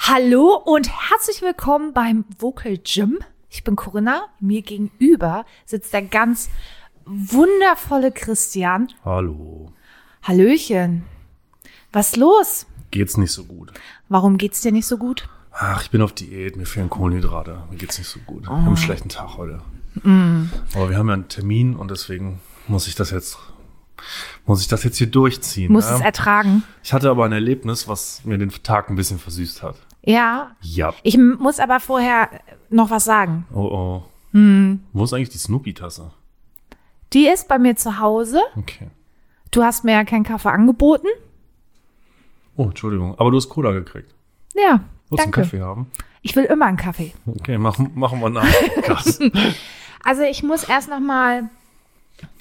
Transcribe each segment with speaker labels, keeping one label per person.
Speaker 1: Hallo und herzlich willkommen beim Vocal Gym. Ich bin Corinna. Mir gegenüber sitzt der ganz wundervolle Christian.
Speaker 2: Hallo.
Speaker 1: Hallöchen. Was los?
Speaker 2: Geht's nicht so gut.
Speaker 1: Warum geht's dir nicht so gut?
Speaker 2: Ach, ich bin auf Diät, mir fehlen Kohlenhydrate. Mir geht's nicht so gut. Ich
Speaker 1: Ah.
Speaker 2: habe einen schlechten Tag heute.
Speaker 1: Mm.
Speaker 2: Aber wir haben ja einen Termin und deswegen muss ich das jetzt, muss ich das jetzt hier durchziehen.
Speaker 1: Muss
Speaker 2: ja?
Speaker 1: es ertragen?
Speaker 2: ich hatte aber ein Erlebnis, was mir den Tag ein bisschen versüßt hat.
Speaker 1: Ja.
Speaker 2: Ja.
Speaker 1: Ich m- muss aber vorher noch was sagen.
Speaker 2: Oh oh.
Speaker 1: Mm.
Speaker 2: Wo ist eigentlich die Snoopy-Tasse?
Speaker 1: Die ist bei mir zu Hause.
Speaker 2: Okay.
Speaker 1: Du hast mir ja keinen Kaffee angeboten.
Speaker 2: Oh, Entschuldigung. Aber du hast Cola gekriegt.
Speaker 1: Ja.
Speaker 2: Willst du einen
Speaker 1: danke.
Speaker 2: Kaffee haben?
Speaker 1: Ich will immer einen Kaffee.
Speaker 2: Okay, machen, machen wir nach. dem Podcast.
Speaker 1: Also ich muss erst noch mal,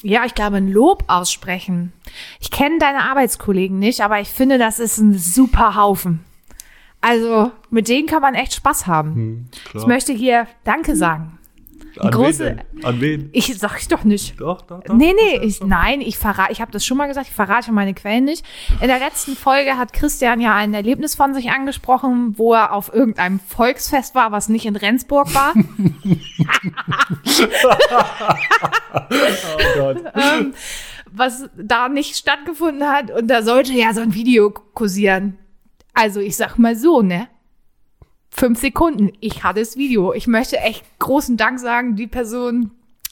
Speaker 1: ja, ich glaube, ein Lob aussprechen. Ich kenne deine Arbeitskollegen nicht, aber ich finde, das ist ein super Haufen. Also mit denen kann man echt Spaß haben. Ich
Speaker 2: Klar.
Speaker 1: möchte hier Danke sagen.
Speaker 2: An
Speaker 1: große-
Speaker 2: wen denn? An wen?
Speaker 1: Ich sag ich doch nicht.
Speaker 2: Doch, doch, doch.
Speaker 1: Nee, nee, ich, nein, ich verrate, ich habe das schon mal gesagt, ich verrate meine Quellen nicht. In der letzten Folge hat Christian ja ein Erlebnis von sich angesprochen, wo er auf irgendeinem Volksfest war, was nicht in Rendsburg war.
Speaker 2: Oh Gott.
Speaker 1: was da nicht stattgefunden hat und da sollte ja so ein Video kursieren. Also ich sag mal so, ne? Fünf Sekunden. Ich hatte das Video. Ich möchte echt großen Dank sagen, die Person,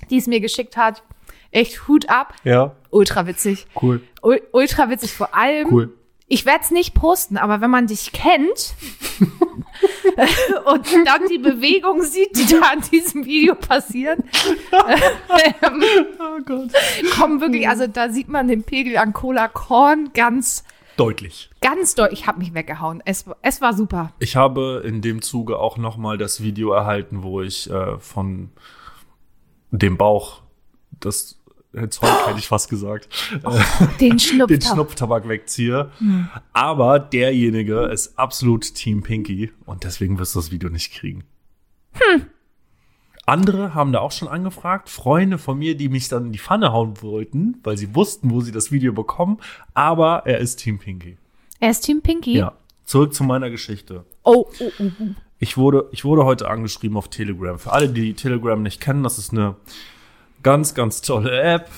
Speaker 1: die es mir geschickt hat. Echt Hut ab.
Speaker 2: Ja,
Speaker 1: Ultra witzig.
Speaker 2: cool,
Speaker 1: U ultra witzig vor allem.
Speaker 2: cool.
Speaker 1: Ich werde es nicht posten, aber wenn man dich kennt und dann die Bewegung sieht, die da in diesem Video passieren,
Speaker 2: Oh Gott.
Speaker 1: kommen wirklich, also da sieht man den Pegel an Cola Korn ganz
Speaker 2: Deutlich.
Speaker 1: ganz doll. Ich habe mich weggehauen. Es, es war super.
Speaker 2: Ich habe in dem Zuge auch nochmal das Video erhalten, wo ich äh, von dem Bauch das äh, Zeug, hätte ich fast gesagt, äh,
Speaker 1: Den
Speaker 2: den
Speaker 1: Schnupftabak.
Speaker 2: Schnupftabak wegziehe. Aber derjenige ist absolut Team Pinky und deswegen wirst du das Video nicht kriegen. Andere haben da auch schon angefragt, Freunde von mir, die mich dann in die Pfanne hauen wollten, weil sie wussten, wo sie das Video bekommen. Aber er ist Team Pinky.
Speaker 1: er ist Team Pinky.
Speaker 2: Ja. Zurück zu meiner Geschichte.
Speaker 1: Oh, oh, oh, oh.
Speaker 2: Ich wurde, ich wurde heute angeschrieben auf Telegram. Für alle, die Telegram nicht kennen, das ist eine ganz, ganz tolle App.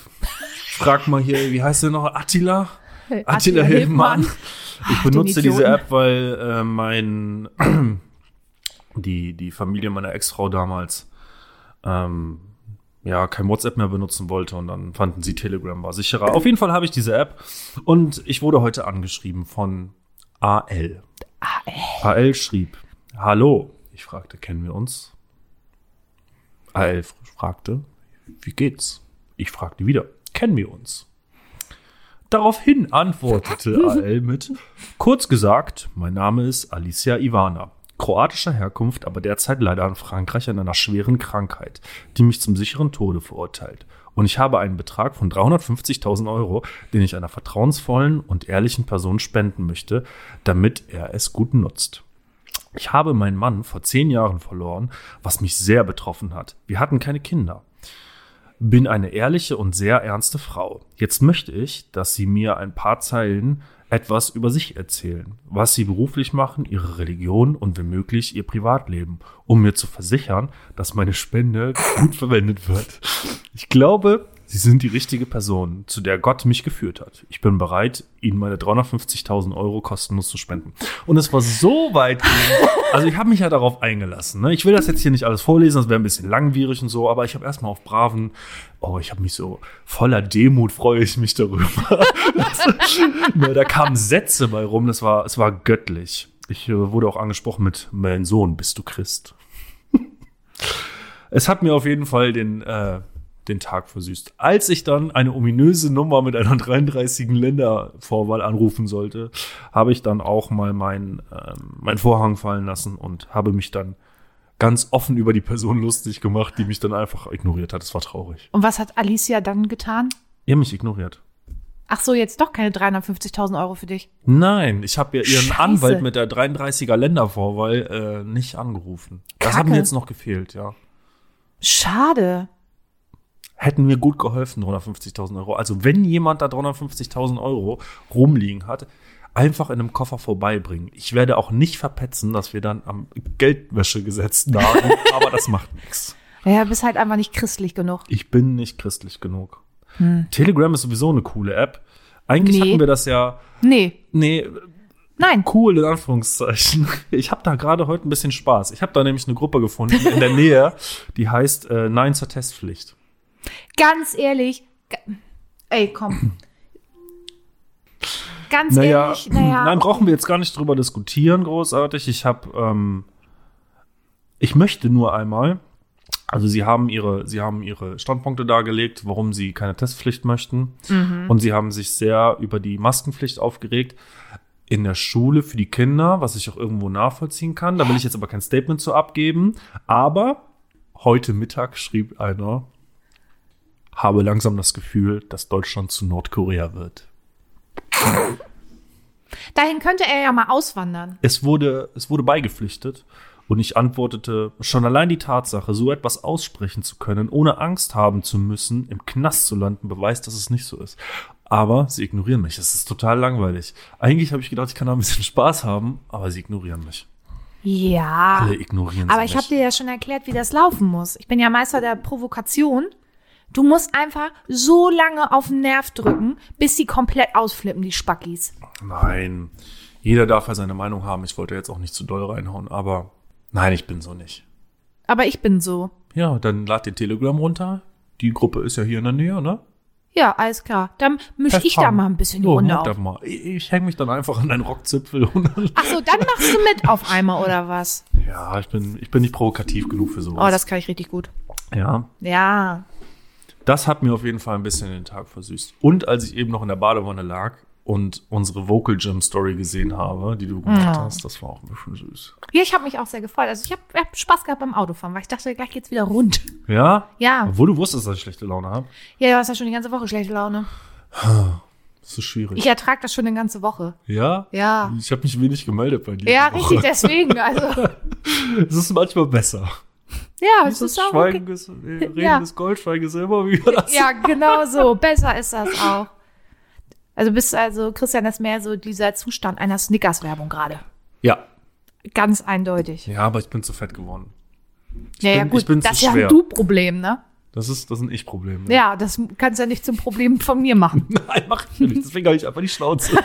Speaker 2: Frag mal hier, wie heißt der noch? Attila? Attila,
Speaker 1: Attila Hildmann.
Speaker 2: Hildmann. Ich benutze
Speaker 1: den Idioten.
Speaker 2: diese App, weil äh, mein die, die Familie meiner Ex-Frau damals ähm, ja kein WhatsApp mehr benutzen wollte und dann fanden sie Telegram war sicherer. Auf jeden Fall habe ich diese App und ich wurde heute angeschrieben von AL. AL schrieb, hallo. Ich fragte, kennen wir uns? AL f- fragte, wie geht's? Ich fragte wieder, kennen wir uns? Daraufhin antwortete AL mit, kurz gesagt, mein Name ist Alicia Ivana, kroatischer Herkunft, aber derzeit leider in Frankreich an einer schweren Krankheit, die mich zum sicheren Tode verurteilt. Und ich habe einen Betrag von 350.000 Euro, den ich einer vertrauensvollen und ehrlichen Person spenden möchte, damit er es gut nutzt. Ich habe meinen Mann vor zehn Jahren verloren, was mich sehr betroffen hat. Wir hatten keine Kinder. Bin eine ehrliche und sehr ernste Frau. Jetzt möchte ich, dass Sie mir ein paar Zeilen etwas über sich erzählen, was Sie beruflich machen, Ihre Religion und wenn möglich Ihr Privatleben, um mir zu versichern, dass meine Spende gut verwendet wird. Ich glaube, Sie sind die richtige Person, zu der Gott mich geführt hat. Ich bin bereit, Ihnen meine 350.000 Euro kostenlos zu spenden. Und es war so weit. gehend. Also ich habe mich ja darauf eingelassen. Ne? Ich will das jetzt hier nicht alles vorlesen, das wäre ein bisschen langwierig und so, aber ich habe erstmal auf braven, oh, ich habe mich so voller Demut freue ich mich darüber. Ne, da kamen Sätze bei rum, das war, es war göttlich. Ich äh, wurde auch angesprochen mit, mein Sohn, bist du Christ? es hat mir auf jeden Fall den, äh, den Tag versüßt. Als ich dann eine ominöse Nummer mit einer 33. Ländervorwahl anrufen sollte, habe ich dann auch mal meinen ähm, meinen Vorhang fallen lassen und habe mich dann ganz offen über die Person lustig gemacht, die mich dann einfach ignoriert hat. Das war traurig.
Speaker 1: Und was hat Alicia dann getan?
Speaker 2: Ihr mich ignoriert.
Speaker 1: Ach so, jetzt doch keine 350.000 Euro für dich.
Speaker 2: Nein, ich habe ja ihren
Speaker 1: Scheiße.
Speaker 2: Anwalt mit der 33er Ländervorwahl äh, nicht angerufen. Das hat
Speaker 1: Kacke.
Speaker 2: mir jetzt noch gefehlt, ja.
Speaker 1: Schade.
Speaker 2: Hätten mir gut geholfen, 350.000 Euro. Also wenn jemand da 350.000 Euro rumliegen hat, einfach in einem Koffer vorbeibringen. Ich werde auch nicht verpetzen, dass wir dann am Geldwäschegesetz nagen, aber das macht nichts.
Speaker 1: Ja, bist halt einfach nicht christlich genug.
Speaker 2: Ich bin nicht christlich genug. Telegram ist sowieso eine coole App. Eigentlich
Speaker 1: Nee.
Speaker 2: hatten wir das ja,
Speaker 1: Nee,
Speaker 2: nee,
Speaker 1: nein.
Speaker 2: cool in Anführungszeichen. Ich habe da gerade heute ein bisschen Spaß. Ich habe da nämlich eine Gruppe gefunden in der Nähe, die heißt äh, Nein zur Testpflicht.
Speaker 1: Ganz ehrlich. ga- Ey, komm. Ganz
Speaker 2: Naja,
Speaker 1: ehrlich, naja.
Speaker 2: nein, brauchen wir jetzt gar nicht drüber diskutieren, großartig. Ich habe, ähm, ich möchte nur einmal, also sie haben ihre, sie haben ihre Standpunkte dargelegt, warum sie keine Testpflicht möchten.
Speaker 1: Mhm.
Speaker 2: Und sie haben sich sehr über die Maskenpflicht aufgeregt. In der Schule für die Kinder, was ich auch irgendwo nachvollziehen kann. Da will ich jetzt aber kein Statement zu abgeben. Aber heute Mittag schrieb einer, habe langsam das Gefühl, dass Deutschland zu Nordkorea wird.
Speaker 1: Dahin könnte er ja mal auswandern.
Speaker 2: Es wurde, es wurde beigepflichtet und ich antwortete, schon allein die Tatsache, so etwas aussprechen zu können, ohne Angst haben zu müssen, im Knast zu landen, beweist, dass es nicht so ist. Aber sie ignorieren mich. Es ist total langweilig. Eigentlich habe ich gedacht, ich kann da ein bisschen Spaß haben, aber sie ignorieren mich.
Speaker 1: Ja.
Speaker 2: Alle ignorieren
Speaker 1: Ah, Aber
Speaker 2: sie
Speaker 1: ich habe
Speaker 2: mich.
Speaker 1: dir ja schon erklärt, wie das laufen muss. Ich bin ja Meister der Provokation. Du musst einfach so lange auf den Nerv drücken, bis sie komplett ausflippen, die Spackis.
Speaker 2: Nein. Jeder darf ja seine Meinung haben. Ich wollte jetzt auch nicht zu doll reinhauen, aber nein, ich bin so nicht.
Speaker 1: Aber ich bin so.
Speaker 2: Ja, dann lad den Telegram runter. Die Gruppe ist ja hier in der Nähe, ne?
Speaker 1: Ja, alles klar. Dann mische ich da
Speaker 2: Festhaben.
Speaker 1: mal ein bisschen die
Speaker 2: Jo,
Speaker 1: Runde
Speaker 2: Oh, mach
Speaker 1: auf.
Speaker 2: das mal. Ich, ich hänge mich dann einfach an deinen Rockzipfel und
Speaker 1: Ach so, dann machst du mit auf einmal oder was?
Speaker 2: Ja, ich bin, ich bin nicht provokativ genug für sowas.
Speaker 1: Ah. Oh, das kann ich richtig gut.
Speaker 2: ja,
Speaker 1: Ja.
Speaker 2: das hat mir auf jeden Fall ein bisschen den Tag versüßt. Und als ich eben noch in der Badewanne lag und unsere Vocal Gym Story gesehen habe, die du gemacht hast, das war auch ein bisschen süß.
Speaker 1: Ja, ich habe mich auch sehr gefreut. Also ich habe hab Spaß gehabt beim Autofahren, weil ich dachte, gleich geht's wieder rund.
Speaker 2: Ja?
Speaker 1: Ja.
Speaker 2: Obwohl du wusstest, dass ich schlechte Laune habe.
Speaker 1: Ja, du hast ja schon die ganze Woche schlechte Laune.
Speaker 2: Das ist schwierig.
Speaker 1: Ich ertrage das schon eine ganze Woche.
Speaker 2: ja?
Speaker 1: Ja.
Speaker 2: Ich habe mich wenig gemeldet bei dir.
Speaker 1: Ja,
Speaker 2: die Woche.
Speaker 1: richtig, deswegen. Also,
Speaker 2: Es ist manchmal besser.
Speaker 1: ja, es ist auch
Speaker 2: Schweigen
Speaker 1: okay.
Speaker 2: ist, äh, Reden
Speaker 1: Ja.
Speaker 2: ist Gold, Schweigen ist Silber, wie war das?
Speaker 1: Ja, genau so. Besser ist das auch. Also bist also, Christian, das ist mehr so dieser Zustand einer Snickers-Werbung gerade.
Speaker 2: ja.
Speaker 1: Ganz eindeutig.
Speaker 2: Ja, aber ich bin zu fett geworden.
Speaker 1: Ja, ja,
Speaker 2: bin-
Speaker 1: gut.
Speaker 2: ich bin
Speaker 1: das
Speaker 2: zu
Speaker 1: ist ja
Speaker 2: schwer.
Speaker 1: ein Du-Problem, ne?
Speaker 2: Das ist, das ist ein Ich-Problem. ne?
Speaker 1: Ja, das kannst ja nicht zum Problem von mir machen.
Speaker 2: Nein, mach ich nicht. Deswegen habe ich einfach die Schnauze.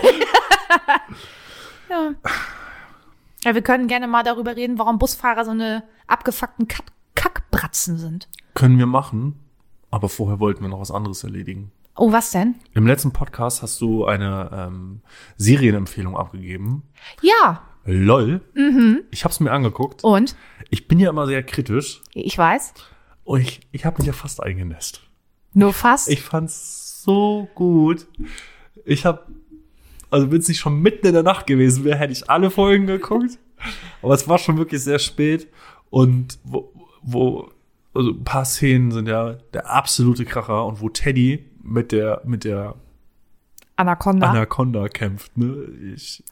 Speaker 1: Ja, wir können gerne mal darüber reden, warum Busfahrer so eine abgefuckten Kack Kackbratzen sind.
Speaker 2: Können wir machen, aber vorher wollten wir noch was anderes erledigen.
Speaker 1: Oh, was denn?
Speaker 2: Im letzten Podcast hast du eine ähm, Serienempfehlung abgegeben.
Speaker 1: Ja,
Speaker 2: LOL. Ich habe es mir angeguckt.
Speaker 1: und?
Speaker 2: Ich bin ja immer sehr kritisch
Speaker 1: Ich weiß.
Speaker 2: und ich, ich habe mich ja fast eingenässt.
Speaker 1: Nur fast.
Speaker 2: Ich fand's so gut. Ich habe, also wenn es nicht schon mitten in der Nacht gewesen wäre, hätte ich alle Folgen geguckt. Aber es war schon wirklich sehr spät und wo, wo also ein paar Szenen sind ja der absolute Kracher und wo Teddy mit der mit der
Speaker 1: Anaconda.
Speaker 2: Anaconda kämpft. Ne? Ich,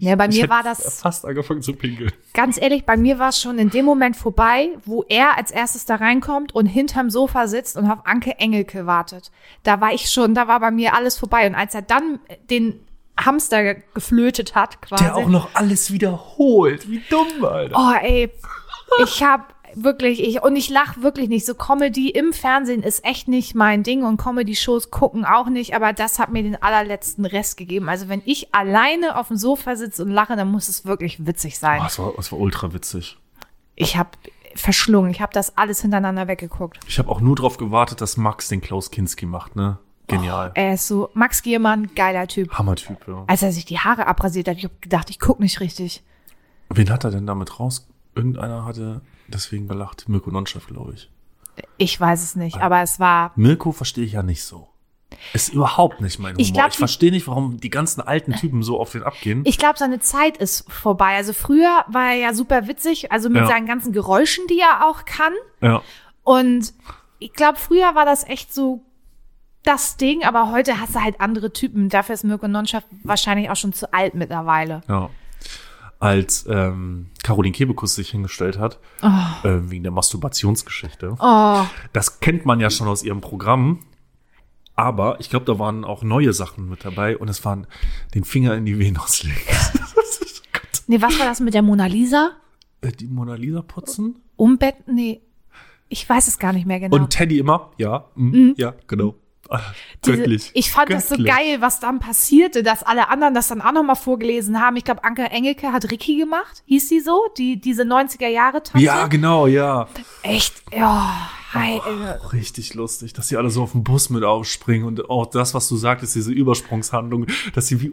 Speaker 1: ja, bei
Speaker 2: ich
Speaker 1: mir
Speaker 2: hätte
Speaker 1: war das,
Speaker 2: fast angefangen zu pinkeln.
Speaker 1: ganz ehrlich, bei mir war es schon in dem Moment vorbei, wo er als erstes da reinkommt und hinterm Sofa sitzt und auf Anke Engelke wartet. Da war ich schon, da war bei mir alles vorbei. Und als er dann den Hamster ge- geflötet hat, quasi.
Speaker 2: Der auch noch alles wiederholt. Wie dumm, Alter.
Speaker 1: Oh, ey. Ich hab wirklich, ich, und ich lach wirklich nicht. So Comedy im Fernsehen ist echt nicht mein Ding und Comedy-Shows gucken auch nicht, aber das hat mir den allerletzten Rest gegeben. Also wenn ich alleine auf dem Sofa sitze und lache, dann muss es wirklich witzig sein.
Speaker 2: Ah, es, war, es war ultra witzig.
Speaker 1: Ich hab verschlungen, ich hab das alles hintereinander weggeguckt.
Speaker 2: Ich habe auch nur drauf gewartet, dass Max den Klaus Kinski macht, ne? Genial.
Speaker 1: Er ist so, Max Giermann, geiler Typ.
Speaker 2: Hammertyp, ja.
Speaker 1: Als er sich die Haare abrasiert hat, ich hab gedacht, ich guck nicht richtig. Also-
Speaker 2: Wen hat er denn damit raus? Irgendeiner hatte deswegen gelacht. Mirko Nonchef, glaube ich.
Speaker 1: Ich weiß es nicht, aber es war
Speaker 2: Mirko verstehe ich ja nicht so. Ist überhaupt nicht mein Humor.
Speaker 1: Ich
Speaker 2: Ich,
Speaker 1: glaub, die-
Speaker 2: verstehe nicht, warum die ganzen alten Typen so auf den abgehen.
Speaker 1: Ich glaube, seine Zeit ist vorbei. Also früher war er ja super witzig, also mit
Speaker 2: Ja.
Speaker 1: seinen ganzen Geräuschen, die er auch kann.
Speaker 2: ja.
Speaker 1: Und ich glaube, früher war das echt so das Ding, aber heute hast du halt andere Typen. Dafür ist Mirko Nonchef wahrscheinlich auch schon zu alt mittlerweile.
Speaker 2: ja. Als ähm, Caroline Kebekus sich hingestellt hat, ähm, wegen der Masturbationsgeschichte.
Speaker 1: Oh,
Speaker 2: Das kennt man ja schon aus ihrem Programm. Aber ich glaube, da waren auch neue Sachen mit dabei und es waren den Finger in die Venen auslegen.
Speaker 1: Nee, was war das mit der Mona Lisa?
Speaker 2: Äh, die Mona Lisa putzen?
Speaker 1: Umbett? Nee. Ich weiß es gar nicht mehr genau.
Speaker 2: Und Teddy immer? Ja, mm, ja, genau. Ah,
Speaker 1: Mhm. Diese-
Speaker 2: Göttlich.
Speaker 1: Ich fand das so
Speaker 2: Göttlich.
Speaker 1: geil, was dann passierte, dass alle anderen das dann auch nochmal vorgelesen haben. Ich glaube, Anke Engelke hat Ricky gemacht, hieß sie so, die diese 90er Jahre Tante.
Speaker 2: Ja, genau, ja. Oh,
Speaker 1: Echt, ja, hi, äh,
Speaker 2: Richtig lustig, dass sie alle so auf den Bus mit aufspringen und auch das, was du sagtest, diese Übersprungshandlung, dass sie wie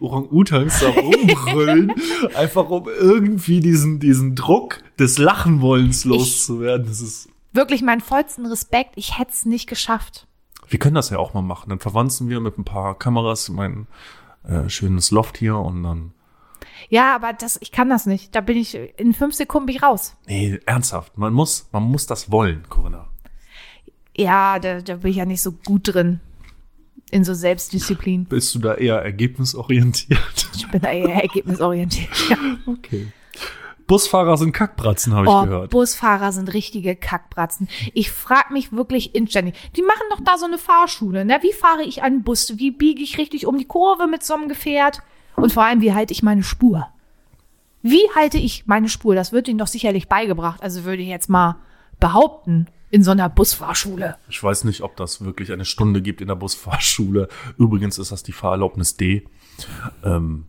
Speaker 2: Orang-Utans da rumbrüllen, einfach um irgendwie diesen, diesen Druck des Lachenwollens loszuwerden. Das ist,
Speaker 1: wirklich meinen vollsten Respekt. Ich hätte es nicht geschafft.
Speaker 2: wir können das ja auch mal machen. Dann verwanzen wir mit ein paar Kameras mein äh, schönes Loft hier und dann.
Speaker 1: Ja, aber das, ich kann das nicht. Da bin ich, in fünf Sekunden bin ich raus.
Speaker 2: Nee, ernsthaft, man muss, man muss das wollen, Corinna.
Speaker 1: Ja, da, da bin ich ja nicht so gut drin. In so Selbstdisziplin.
Speaker 2: Bist du da eher ergebnisorientiert?
Speaker 1: Ich bin da eher ergebnisorientiert. Ja.
Speaker 2: Okay. Busfahrer sind Kackbratzen, habe ich
Speaker 1: Oh,
Speaker 2: gehört.
Speaker 1: Busfahrer sind richtige Kackbratzen. Ich frag mich wirklich inständig. Die machen doch da so eine Fahrschule, ne? Wie fahre ich einen Bus? Wie biege ich richtig um die Kurve mit so einem Gefährt? Und vor allem, wie halte ich meine Spur? Wie halte ich meine Spur? Das wird ihnen doch sicherlich beigebracht. Also würde ich jetzt mal behaupten, in so einer Busfahrschule.
Speaker 2: Ich weiß nicht, ob das wirklich eine Stunde gibt in der Busfahrschule. Übrigens ist das die Fahrerlaubnis D. Ähm,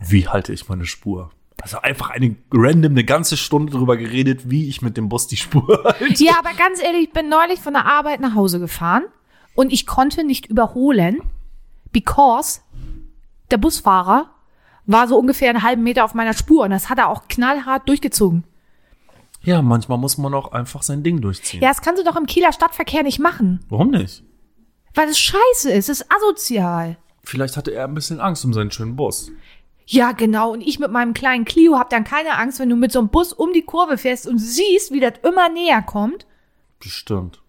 Speaker 2: wie halte ich meine Spur? Also einfach eine random eine ganze Stunde drüber geredet, wie ich mit dem Bus die Spur halte.
Speaker 1: Ja, aber ganz ehrlich, ich bin neulich von der Arbeit nach Hause gefahren und ich konnte nicht überholen, because der Busfahrer war so ungefähr einen halben Meter auf meiner Spur und das hat er auch knallhart durchgezogen.
Speaker 2: Ja, manchmal muss man auch einfach sein Ding durchziehen.
Speaker 1: Ja, das kannst du doch im Kieler Stadtverkehr nicht machen,
Speaker 2: Warum nicht?
Speaker 1: weil es scheiße ist, es ist asozial.
Speaker 2: Vielleicht hatte er ein bisschen Angst um seinen schönen Bus.
Speaker 1: Ja, genau. Und ich mit meinem kleinen Clio hab dann keine Angst, wenn du mit so einem Bus um die Kurve fährst und siehst, wie das immer näher kommt.
Speaker 2: Bestimmt.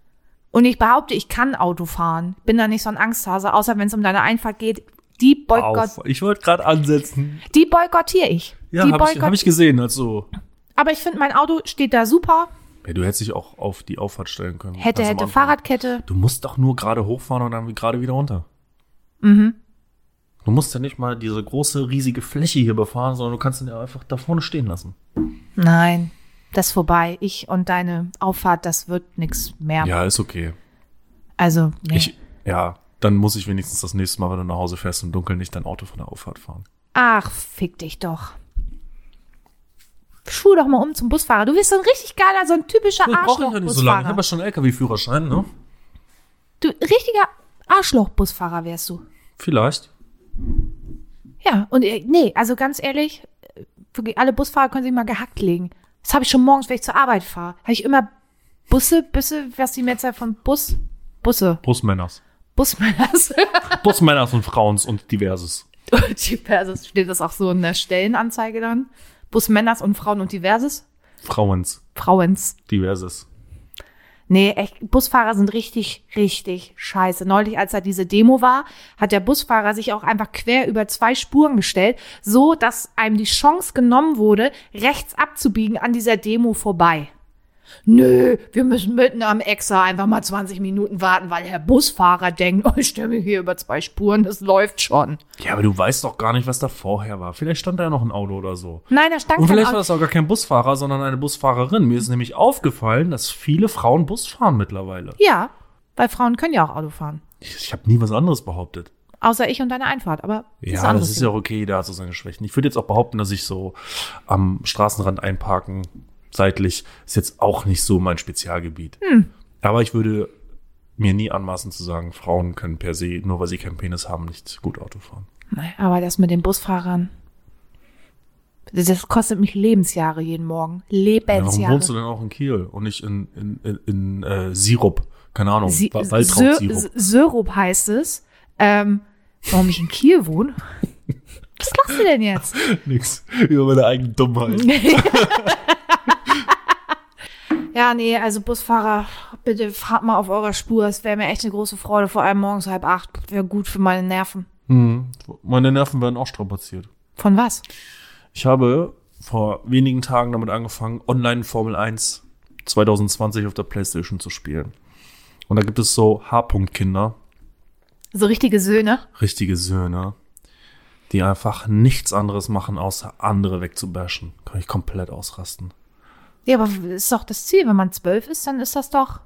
Speaker 1: Und ich behaupte, ich kann Auto fahren. Bin da nicht so ein Angsthase, außer wenn es um deine Einfahrt geht. Die boykott,
Speaker 2: Auf. Ich wollte gerade ansetzen.
Speaker 1: Die boykottiere ich.
Speaker 2: Ja,
Speaker 1: die
Speaker 2: habe ich, hab
Speaker 1: boykott-
Speaker 2: ich gesehen. Also,
Speaker 1: Aber ich finde, mein Auto steht da super.
Speaker 2: ja, du hättest dich auch auf die Auffahrt stellen können.
Speaker 1: Hätte,
Speaker 2: Ganz am
Speaker 1: hätte
Speaker 2: Anfang.
Speaker 1: Fahrradkette.
Speaker 2: Du musst doch nur gerade hochfahren und dann gerade wieder runter. Mhm. Du musst ja nicht mal diese große, riesige Fläche hier befahren, sondern du kannst ihn ja einfach da vorne stehen lassen.
Speaker 1: Nein, das ist vorbei. Ich und deine Auffahrt, das wird nix mehr.
Speaker 2: Ja, ist okay.
Speaker 1: Also, nee.
Speaker 2: Ich, ja, dann muss ich wenigstens das nächste Mal, wenn du nach Hause fährst im Dunkeln, nicht dein Auto von der Auffahrt fahren.
Speaker 1: Ach, fick dich doch. Schuh doch mal um zum Busfahrer. Du bist so ein richtig geiler, so ein typischer Arschloch-Busfahrer.
Speaker 2: schon einen LKW-Führerschein, ne?
Speaker 1: du, richtiger Arschloch-Busfahrer wärst du.
Speaker 2: Vielleicht.
Speaker 1: Ja, und äh, nee, also ganz ehrlich, äh, wirklich alle Busfahrer können sich mal gehackt legen. Das habe ich schon morgens, wenn ich zur Arbeit fahre. Habe ich immer Busse, Büsse, was die Mehrzahl von Bus, Busse,
Speaker 2: Busmänners.
Speaker 1: Busmänners.
Speaker 2: Busmänners und Frauens und diverses.
Speaker 1: und diverses, steht das auch so in der Stellenanzeige dann. Busmänners und Frauen und diverses.
Speaker 2: Frauens.
Speaker 1: Frauens.
Speaker 2: Diverses.
Speaker 1: Nee, echt, Busfahrer sind richtig, richtig scheiße. Neulich, als da diese Demo war, hat der Busfahrer sich auch einfach quer über zwei Spuren gestellt, so dass einem die Chance genommen wurde, rechts abzubiegen an dieser Demo vorbei. Nö, wir müssen mitten am Exer einfach mal 20 Minuten warten, weil Herr Busfahrer denkt, oh, ich stelle mich hier über zwei Spuren, das läuft schon.
Speaker 2: Ja, aber du weißt doch gar nicht, was da vorher war. Vielleicht stand da ja noch ein Auto oder so.
Speaker 1: Nein, da stand
Speaker 2: Und
Speaker 1: kein
Speaker 2: vielleicht war
Speaker 1: Auto.
Speaker 2: das auch gar kein Busfahrer, sondern eine Busfahrerin. Mir ist nämlich aufgefallen, dass viele Frauen Bus fahren mittlerweile.
Speaker 1: Ja, weil Frauen können ja auch Auto fahren.
Speaker 2: Ich, ich habe nie was anderes behauptet.
Speaker 1: Außer ich und deine Einfahrt, aber das ist ein
Speaker 2: Ja,
Speaker 1: anderes
Speaker 2: das ist
Speaker 1: Thema.
Speaker 2: ja auch okay, jeder hat so seine Schwächen. Ich würde jetzt auch behaupten, dass ich so am Straßenrand einparken, seitlich, ist jetzt auch nicht so mein Spezialgebiet.
Speaker 1: Hm.
Speaker 2: Aber ich würde mir nie anmaßen zu sagen, Frauen können per se, nur weil sie keinen Penis haben, nicht gut Auto fahren.
Speaker 1: Nein, Aber das mit den Busfahrern, das- das kostet mich Lebensjahre jeden Morgen.
Speaker 2: Ja, warum
Speaker 1: Lebensjahre.
Speaker 2: wohnst du denn auch in Kiel und nicht in, in, in, in äh, Sirup? Keine Ahnung,
Speaker 1: Sie-
Speaker 2: Wa-
Speaker 1: Sir-
Speaker 2: Waldrautsirup.
Speaker 1: S- Syrup heißt es. Ähm, warum ich in Kiel wohne? Was lachst du denn jetzt?
Speaker 2: Nix. Über meine eigene Dummheit.
Speaker 1: ja, nee, also Busfahrer, bitte fahrt mal auf eurer Spur. Es wäre mir echt eine große Freude, vor allem morgens halb acht. Wäre gut für meine Nerven.
Speaker 2: Hm, meine Nerven werden auch strapaziert.
Speaker 1: Von was?
Speaker 2: Ich habe vor wenigen Tagen damit angefangen, online Formel 1 2020 auf der Playstation zu spielen. Und da gibt es so H-Punkt-Kinder,
Speaker 1: So richtige Söhne.
Speaker 2: richtige Söhne, die einfach nichts anderes machen, außer andere wegzubashen. Kann ich komplett ausrasten.
Speaker 1: Ja, aber ist doch das Ziel. Wenn man zwölf ist, dann ist das doch.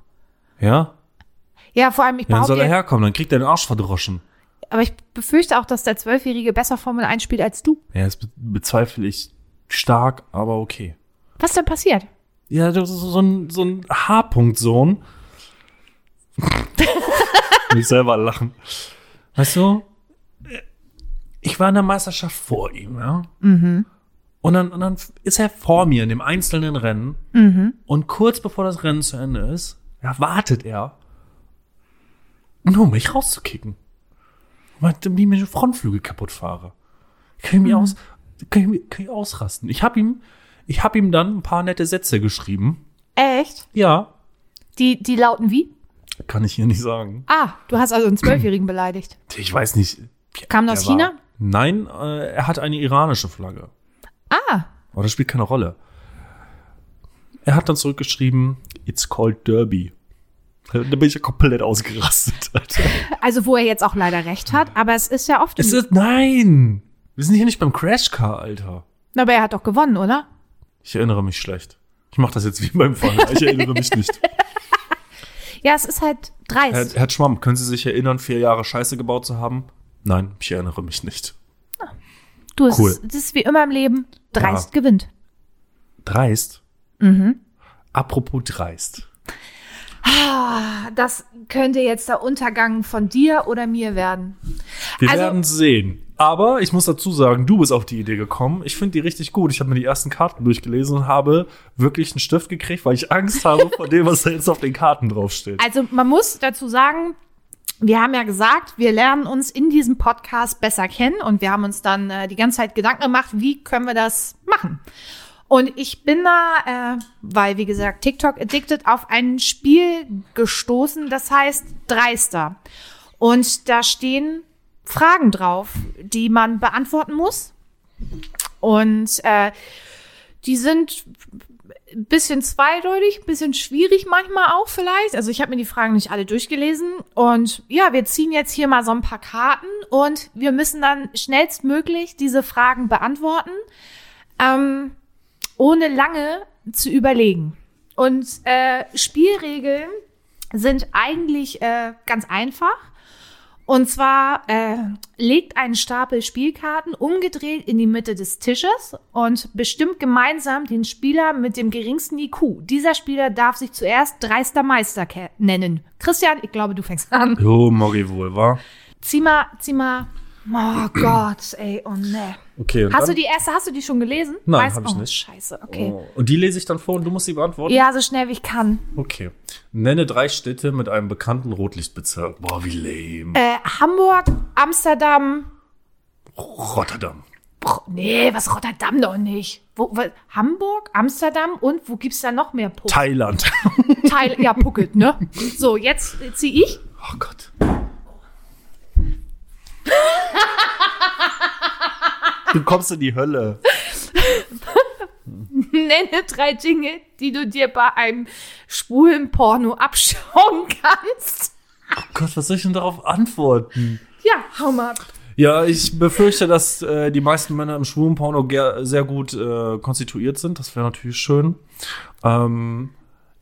Speaker 2: Ja?
Speaker 1: Ja, vor allem, ich
Speaker 2: Ja, Dann soll er
Speaker 1: behaupte,
Speaker 2: herkommen, dann kriegt er den Arsch verdroschen.
Speaker 1: aber ich befürchte auch, dass der Zwölfjährige besser Formel 1 spielt als du.
Speaker 2: Ja, das be bezweifle ich stark, aber okay.
Speaker 1: Was denn passiert?
Speaker 2: Ja, das ist so ein, so ein H-Punkt-Sohn. Mich selber lachen. Weißt du, ich war in der Meisterschaft vor ihm, ja. Und, dann, und dann ist er vor mir in dem einzelnen Rennen. Und kurz bevor das Rennen zu Ende ist, ja, wartet er, nur um mich rauszukicken. Weil ich die mir die Frontflügel kaputt fahre. Kann ich mir aus, kann ich, mir- kann ich ausrasten. Ich hab ihm, ich hab ihm dann ein paar nette Sätze geschrieben.
Speaker 1: Echt?
Speaker 2: Ja.
Speaker 1: Die, die lauten wie?
Speaker 2: Kann ich hier nicht sagen.
Speaker 1: Ah, du hast also einen Zwölfjährigen beleidigt.
Speaker 2: Ich weiß nicht.
Speaker 1: Kam aus
Speaker 2: Er war-
Speaker 1: China?
Speaker 2: Nein, äh, er hat eine iranische Flagge.
Speaker 1: Ah,
Speaker 2: Aber das spielt keine Rolle. Er hat dann zurückgeschrieben, it's called Derby. Da bin ich ja komplett ausgerastet. Alter.
Speaker 1: also wo er jetzt auch leider recht hat, aber es ist ja oft.
Speaker 2: Es ist, nein! Wir sind hier nicht beim Crashcar, Alter.
Speaker 1: aber er hat doch gewonnen, oder?
Speaker 2: Ich erinnere mich schlecht. Ich mache das jetzt wie beim Fall. Ich erinnere mich nicht.
Speaker 1: Ja, es ist halt
Speaker 2: Herr,
Speaker 1: dreist.
Speaker 2: Herr Schwamm, können Sie sich erinnern, vier Jahre Scheiße gebaut zu haben? Nein, ich erinnere mich nicht.
Speaker 1: Du, es
Speaker 2: cool.
Speaker 1: ist, das ist wie immer im Leben. Dreist gewinnt.
Speaker 2: Dreist? Mhm. Apropos dreist.
Speaker 1: Das könnte jetzt der Untergang von dir oder mir werden.
Speaker 2: Wir
Speaker 1: Also-
Speaker 2: werden sehen. Aber ich muss dazu sagen, du bist auf die Idee gekommen. Ich finde die richtig gut. Ich habe mir die ersten Karten durchgelesen und habe wirklich einen Stift gekriegt, weil ich Angst habe vor dem, was da jetzt auf den Karten draufsteht.
Speaker 1: Also man muss dazu sagen, wir haben ja gesagt, wir lernen uns in diesem Podcast besser kennen und wir haben uns dann äh, die ganze Zeit Gedanken gemacht, wie können wir das machen. Und ich bin da, äh, weil wie gesagt, TikTok addicted auf ein Spiel gestoßen, das heißt Dreister. Und da stehen Fragen drauf, die man beantworten muss. Und äh, die sind ein bisschen zweideutig, ein bisschen schwierig manchmal auch vielleicht. Also ich habe mir die Fragen nicht alle durchgelesen. Und ja, wir ziehen jetzt hier mal so ein paar Karten und wir müssen dann schnellstmöglich diese Fragen beantworten, ähm, ohne lange zu überlegen. Und äh, Spielregeln sind eigentlich äh, ganz einfach. Und zwar äh, legt einen Stapel Spielkarten umgedreht in die Mitte des Tisches und bestimmt gemeinsam den Spieler mit dem geringsten IQ. Dieser Spieler darf sich zuerst dreister Meister ke- nennen. Christian, ich glaube, du fängst an.
Speaker 2: Jo, Moggi wohl, wa?
Speaker 1: Zieh mal, zieh mal. Oh Gott, ey, oh ne.
Speaker 2: Okay, und
Speaker 1: Hast du
Speaker 2: dann,
Speaker 1: die erste, hast du die schon gelesen?
Speaker 2: Nein,
Speaker 1: Weißt-
Speaker 2: hab ich
Speaker 1: oh,
Speaker 2: nicht.
Speaker 1: scheiße, okay.
Speaker 2: oh, und die lese ich dann vor und du musst sie beantworten?
Speaker 1: Ja, so schnell wie ich kann.
Speaker 2: Okay. Nenne drei Städte mit einem bekannten Rotlichtbezirk. Boah, wie lame.
Speaker 1: Äh, Hamburg, Amsterdam.
Speaker 2: Rotterdam.
Speaker 1: Bro, nee, was Rotterdam doch nicht. Wo, wo, Hamburg, Amsterdam und wo gibt's da noch mehr Puck?
Speaker 2: Thailand.
Speaker 1: Teil, ja, Pucket, ne? So, jetzt ziehe ich.
Speaker 2: Oh Gott. Du kommst in die Hölle.
Speaker 1: Nenne drei Dinge, die du dir bei einem schwulen Porno abschauen kannst.
Speaker 2: Oh Gott, was soll ich denn darauf antworten?
Speaker 1: Ja, hau mal ab.
Speaker 2: Ja, ich befürchte, dass äh, die meisten Männer im schwulen Porno ger- sehr gut äh, konstituiert sind. Das wäre natürlich schön. Ähm,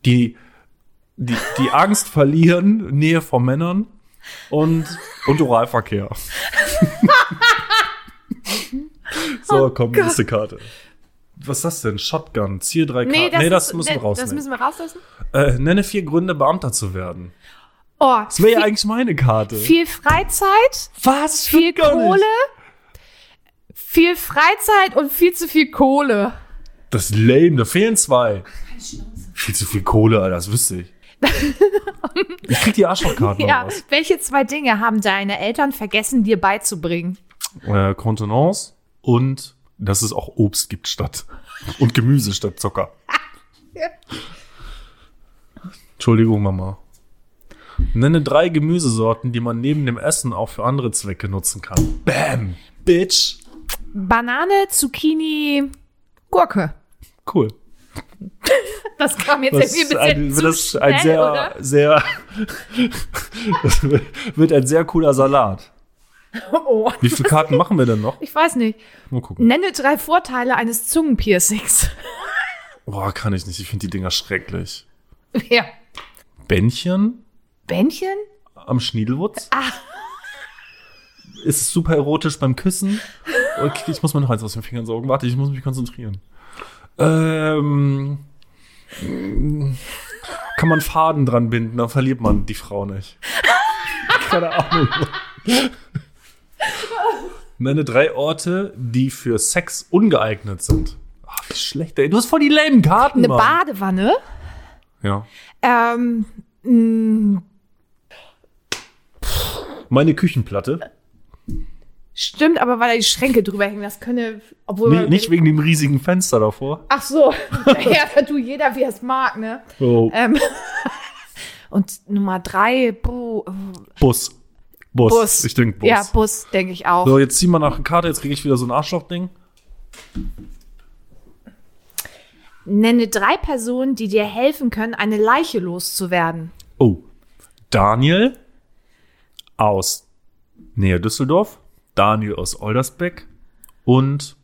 Speaker 2: die, die, die Angst verlieren, Nähe vor Männern und, und Oralverkehr.
Speaker 1: Oh
Speaker 2: so, komm, nächste Karte. Was ist das denn? Shotgun, Ziel drei Karten. Nee, das,
Speaker 1: ist-
Speaker 2: müssen wir
Speaker 1: nee, Das
Speaker 2: rausnehmen.
Speaker 1: müssen wir rauslassen.
Speaker 2: äh, nenne vier Gründe, Beamter zu werden.
Speaker 1: Oh,
Speaker 2: Das wäre ja
Speaker 1: viel,
Speaker 2: eigentlich meine Karte.
Speaker 1: viel Freizeit,
Speaker 2: Was? Stimmt
Speaker 1: viel
Speaker 2: gar nicht.
Speaker 1: Kohle. Viel Freizeit und viel zu viel Kohle.
Speaker 2: Das ist lame, da fehlen zwei. Viel zu viel Kohle, Alter, das wüsste ich. ich krieg die
Speaker 1: Ja,
Speaker 2: Arschlochkarten ja. raus.
Speaker 1: welche zwei Dinge haben deine Eltern vergessen, dir beizubringen?
Speaker 2: Äh, Kontenance und dass es auch Obst gibt statt. Und Gemüse statt Zucker. Entschuldigung, Mama. Nenne drei Gemüsesorten, die man neben dem Essen auch für andere Zwecke nutzen kann. Bam! Bitch!
Speaker 1: Banane, Zucchini, Gurke.
Speaker 2: Cool.
Speaker 1: Das kam jetzt
Speaker 2: Das,
Speaker 1: irgendwie
Speaker 2: ist
Speaker 1: ein bisschen
Speaker 2: ein,
Speaker 1: zu
Speaker 2: das ist ein
Speaker 1: schnell,
Speaker 2: sehr,
Speaker 1: oder?
Speaker 2: sehr, das wird ein sehr cooler Salat.
Speaker 1: Oh,
Speaker 2: Wie viele Karten machen wir denn noch?
Speaker 1: ich weiß nicht.
Speaker 2: Mal gucken.
Speaker 1: Nenne drei Vorteile eines Zungenpiercings.
Speaker 2: Boah, kann ich nicht. Ich finde die Dinger schrecklich.
Speaker 1: ja.
Speaker 2: Bändchen
Speaker 1: Bändchen?
Speaker 2: am Schniedelwutz. Ist es super erotisch beim Küssen? Okay, ich muss mir noch eins aus den Fingern saugen. Warte, ich muss mich konzentrieren. Ähm, kann man Faden dran binden, dann verliert man die Frau nicht. Keine Ahnung. Nenne drei Orte, die für Sex ungeeignet sind. Ach, wie schlecht, ey. Du hast voll die lame Karten,
Speaker 1: Eine
Speaker 2: Mann.
Speaker 1: Badewanne?
Speaker 2: Ja.
Speaker 1: Ähm, mh,
Speaker 2: Meine Küchenplatte.
Speaker 1: stimmt, aber weil da die Schränke drüber hängen, das könne, obwohl.
Speaker 2: Nee,
Speaker 1: man-
Speaker 2: nicht wegen dem riesigen Fenster davor.
Speaker 1: Ach so. ja, du, jeder, wie er es mag, ne?
Speaker 2: Oh,
Speaker 1: Ähm, und Nummer drei, Bu
Speaker 2: Bus. Bus.
Speaker 1: Bus.
Speaker 2: Ich denke Bus.
Speaker 1: Ja, Bus, denke ich auch.
Speaker 2: so, jetzt zieh mal nach der Karte, jetzt kriege ich wieder so ein Arschloch-Ding.
Speaker 1: Nenne drei Personen, die dir helfen können, eine Leiche loszuwerden.
Speaker 2: Oh. Daniel aus Nähe Düsseldorf, Daniel aus Oldersbeck und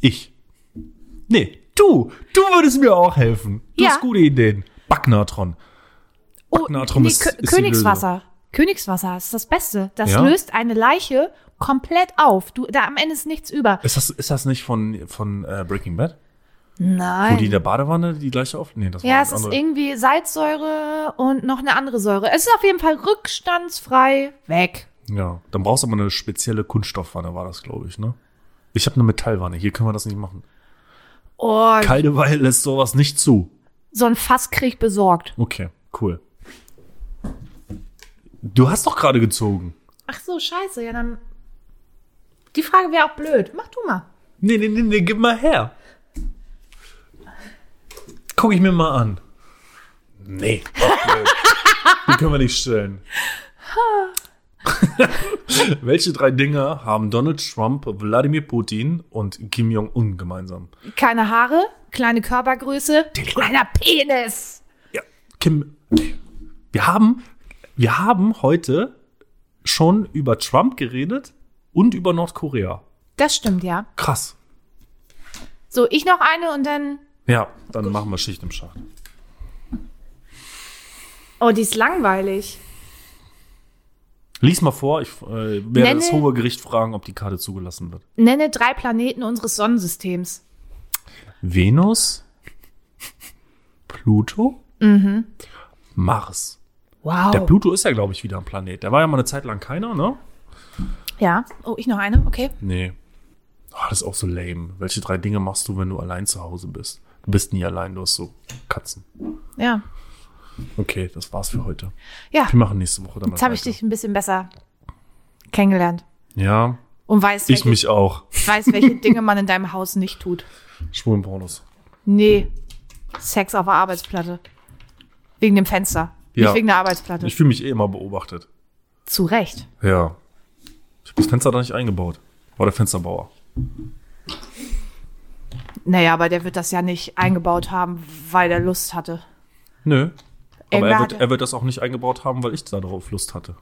Speaker 2: ich. Nee, du. Du würdest mir auch helfen. Du
Speaker 1: Ja.
Speaker 2: hast gute Ideen. Backnatron.
Speaker 1: Oh,
Speaker 2: Backnatrum ist-
Speaker 1: Kö-
Speaker 2: ist die
Speaker 1: Königswasser. Königswasser ist das Beste. Das
Speaker 2: Ja?
Speaker 1: löst eine Leiche komplett auf. Du, da am Ende ist nichts über.
Speaker 2: Ist das, ist das nicht von, von äh, Breaking Bad? Wo die in
Speaker 1: Nein.
Speaker 2: der Badewanne die gleiche auf? Nee, das war
Speaker 1: Ähm. Ja,
Speaker 2: eine
Speaker 1: es ist
Speaker 2: andere.
Speaker 1: irgendwie Salzsäure und noch eine andere Säure. Es ist auf jeden Fall rückstandsfrei weg.
Speaker 2: Ja, dann brauchst du aber eine spezielle Kunststoffwanne, war das, glaube ich, ne? Ich habe eine Metallwanne, hier können wir das nicht machen.
Speaker 1: Und
Speaker 2: Kalde Weil lässt sowas nicht zu.
Speaker 1: so ein Fass krieg ich besorgt.
Speaker 2: Okay, cool. Du hast doch gerade gezogen.
Speaker 1: Ach so, scheiße. Ja, dann. Die Frage wäre auch blöd. Mach du mal.
Speaker 2: Nee, nee, nee, nee, gib mal her. Guck ich mir mal an. Nee. auch blöd. Die können wir nicht stellen. Welche drei Dinge haben Donald Trump, Wladimir Putin und Kim Jong-un gemeinsam?
Speaker 1: Keine Haare, kleine Körpergröße, kleiner Penis.
Speaker 2: Ja, Kim, wir haben, wir haben heute schon über Trump geredet und über Nordkorea.
Speaker 1: Das stimmt, ja.
Speaker 2: Krass.
Speaker 1: So, ich noch eine und dann.
Speaker 2: Ja, dann machen wir Schicht im Schacht.
Speaker 1: Oh, die ist langweilig.
Speaker 2: Lies mal vor, ich äh, werde
Speaker 1: Nenne-
Speaker 2: das hohe Gericht fragen, ob die Karte zugelassen wird.
Speaker 1: Nenne drei Planeten unseres Sonnensystems.
Speaker 2: Venus, Pluto, Mars.
Speaker 1: Wow.
Speaker 2: Der Pluto ist ja, glaube ich, wieder ein Planet. Der war ja mal eine Zeit lang keiner, ne?
Speaker 1: ja. Oh, ich noch eine? Okay.
Speaker 2: Nee. Ah, das ist auch so lame. Welche drei Dinge machst du, wenn du allein zu Hause bist? Du bist nie allein, du hast so Katzen.
Speaker 1: Ja.
Speaker 2: Okay, das war's für heute.
Speaker 1: Ja.
Speaker 2: Wir machen nächste Woche dann
Speaker 1: Jetzt habe ich dich ein bisschen besser kennengelernt.
Speaker 2: Ja,
Speaker 1: Und weiß
Speaker 2: ich
Speaker 1: welche,
Speaker 2: mich auch.
Speaker 1: weiß, welche Dinge man in deinem Haus nicht tut.
Speaker 2: Schwulen Pornos.
Speaker 1: Nee. Sex auf der Arbeitsplatte. Wegen dem Fenster.
Speaker 2: Ja.
Speaker 1: Nicht wegen der Arbeitsplatte.
Speaker 2: Ich fühle mich eh immer beobachtet.
Speaker 1: Zu Recht.
Speaker 2: Ja. Ich habe das Fenster da nicht eingebaut. War der Fensterbauer.
Speaker 1: Naja, aber der wird das ja nicht eingebaut haben, weil er Lust hatte.
Speaker 2: Nö. Aber
Speaker 1: Irgendwer
Speaker 2: er wird,
Speaker 1: hatte-
Speaker 2: er wird das auch nicht eingebaut haben, weil ich da drauf Lust hatte.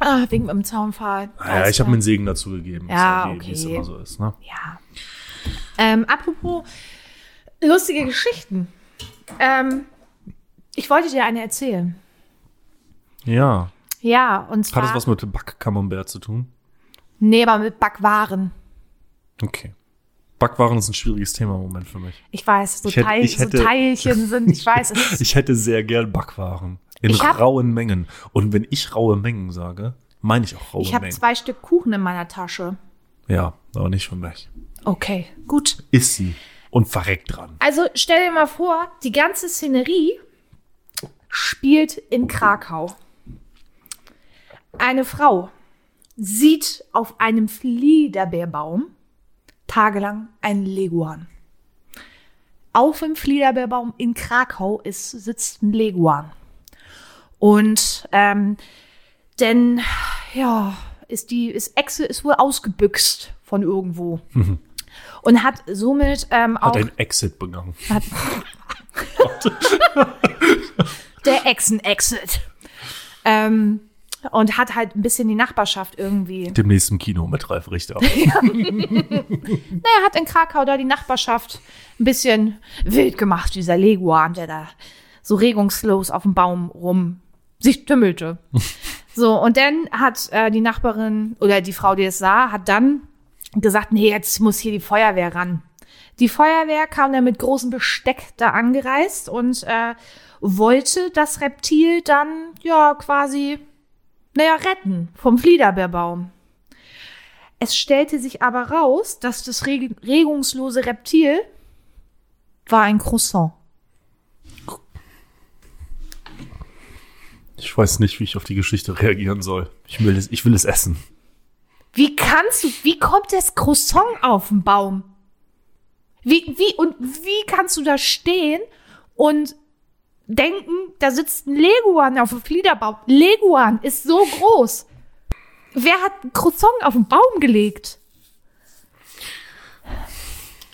Speaker 1: Ah, wegen dem Zaunpfahl.
Speaker 2: Ah Ja, ich habe mir einen Segen dazu gegeben. Ist
Speaker 1: Ja,
Speaker 2: wie- Wie es
Speaker 1: okay.
Speaker 2: immer so ist, ne?
Speaker 1: Ja. Ähm, apropos lustige Geschichten. Ähm, ich wollte dir eine erzählen.
Speaker 2: Ja.
Speaker 1: Ja, und zwar.
Speaker 2: Hat das was mit Backcamembert zu tun?
Speaker 1: nee, aber mit Backwaren.
Speaker 2: Okay. Backwaren ist ein schwieriges Thema im Moment für mich.
Speaker 1: Ich weiß, so,
Speaker 2: Ich hätte-
Speaker 1: Teil,
Speaker 2: ich hätte-
Speaker 1: so Teilchen sind, ich weiß es.
Speaker 2: Ich hätte sehr gern Backwaren. In
Speaker 1: Ich hab-
Speaker 2: rauen Mengen. Und wenn ich raue Mengen sage, meine ich auch raue
Speaker 1: Ich habe
Speaker 2: Mengen.
Speaker 1: zwei Stück Kuchen in meiner Tasche.
Speaker 2: Ja, aber nicht von mich.
Speaker 1: Okay, gut.
Speaker 2: Ist sie. Und verreckt dran.
Speaker 1: Also stell dir mal vor, die ganze Szenerie spielt in Krakau. Eine Frau sieht auf einem Fliederbeerbaum tagelang einen Leguan. Auf dem Fliederbeerbaum in Krakau ist, sitzt ein Leguan. Und ähm, denn ja, ist die ist Echse ist wohl ausgebüxt von irgendwo. und hat somit ähm, auch
Speaker 2: Hat ein Exit begangen.
Speaker 1: hat der Echsen-Exit. Ähm, und hat halt ein bisschen die Nachbarschaft irgendwie.
Speaker 2: Demnächst im Kino mit Ralf Richter.
Speaker 1: Naja, hat in Krakau da die Nachbarschaft ein bisschen wild gemacht, dieser Leguan, der da so regungslos auf dem Baum rum sich tümmelte. so, und dann hat äh, die Nachbarin oder die Frau, die es sah, hat dann gesagt, nee, jetzt muss hier die Feuerwehr ran. Die Feuerwehr kam dann mit großem Besteck da angereist und äh, wollte das Reptil dann, ja, quasi, naja, retten vom Fliederbeerbaum. Es stellte sich aber raus, dass das reg regungslose Reptil war ein Croissant.
Speaker 2: Ich weiß nicht, wie ich auf die Geschichte reagieren soll. Ich will es, ich will es essen.
Speaker 1: Wie kannst du, wie kommt das Croissant auf den Baum? Wie, wie, und wie kannst du da stehen und denken, da sitzt ein Leguan auf dem Fliederbaum? Leguan ist so groß. Wer hat ein Croissant auf den Baum gelegt?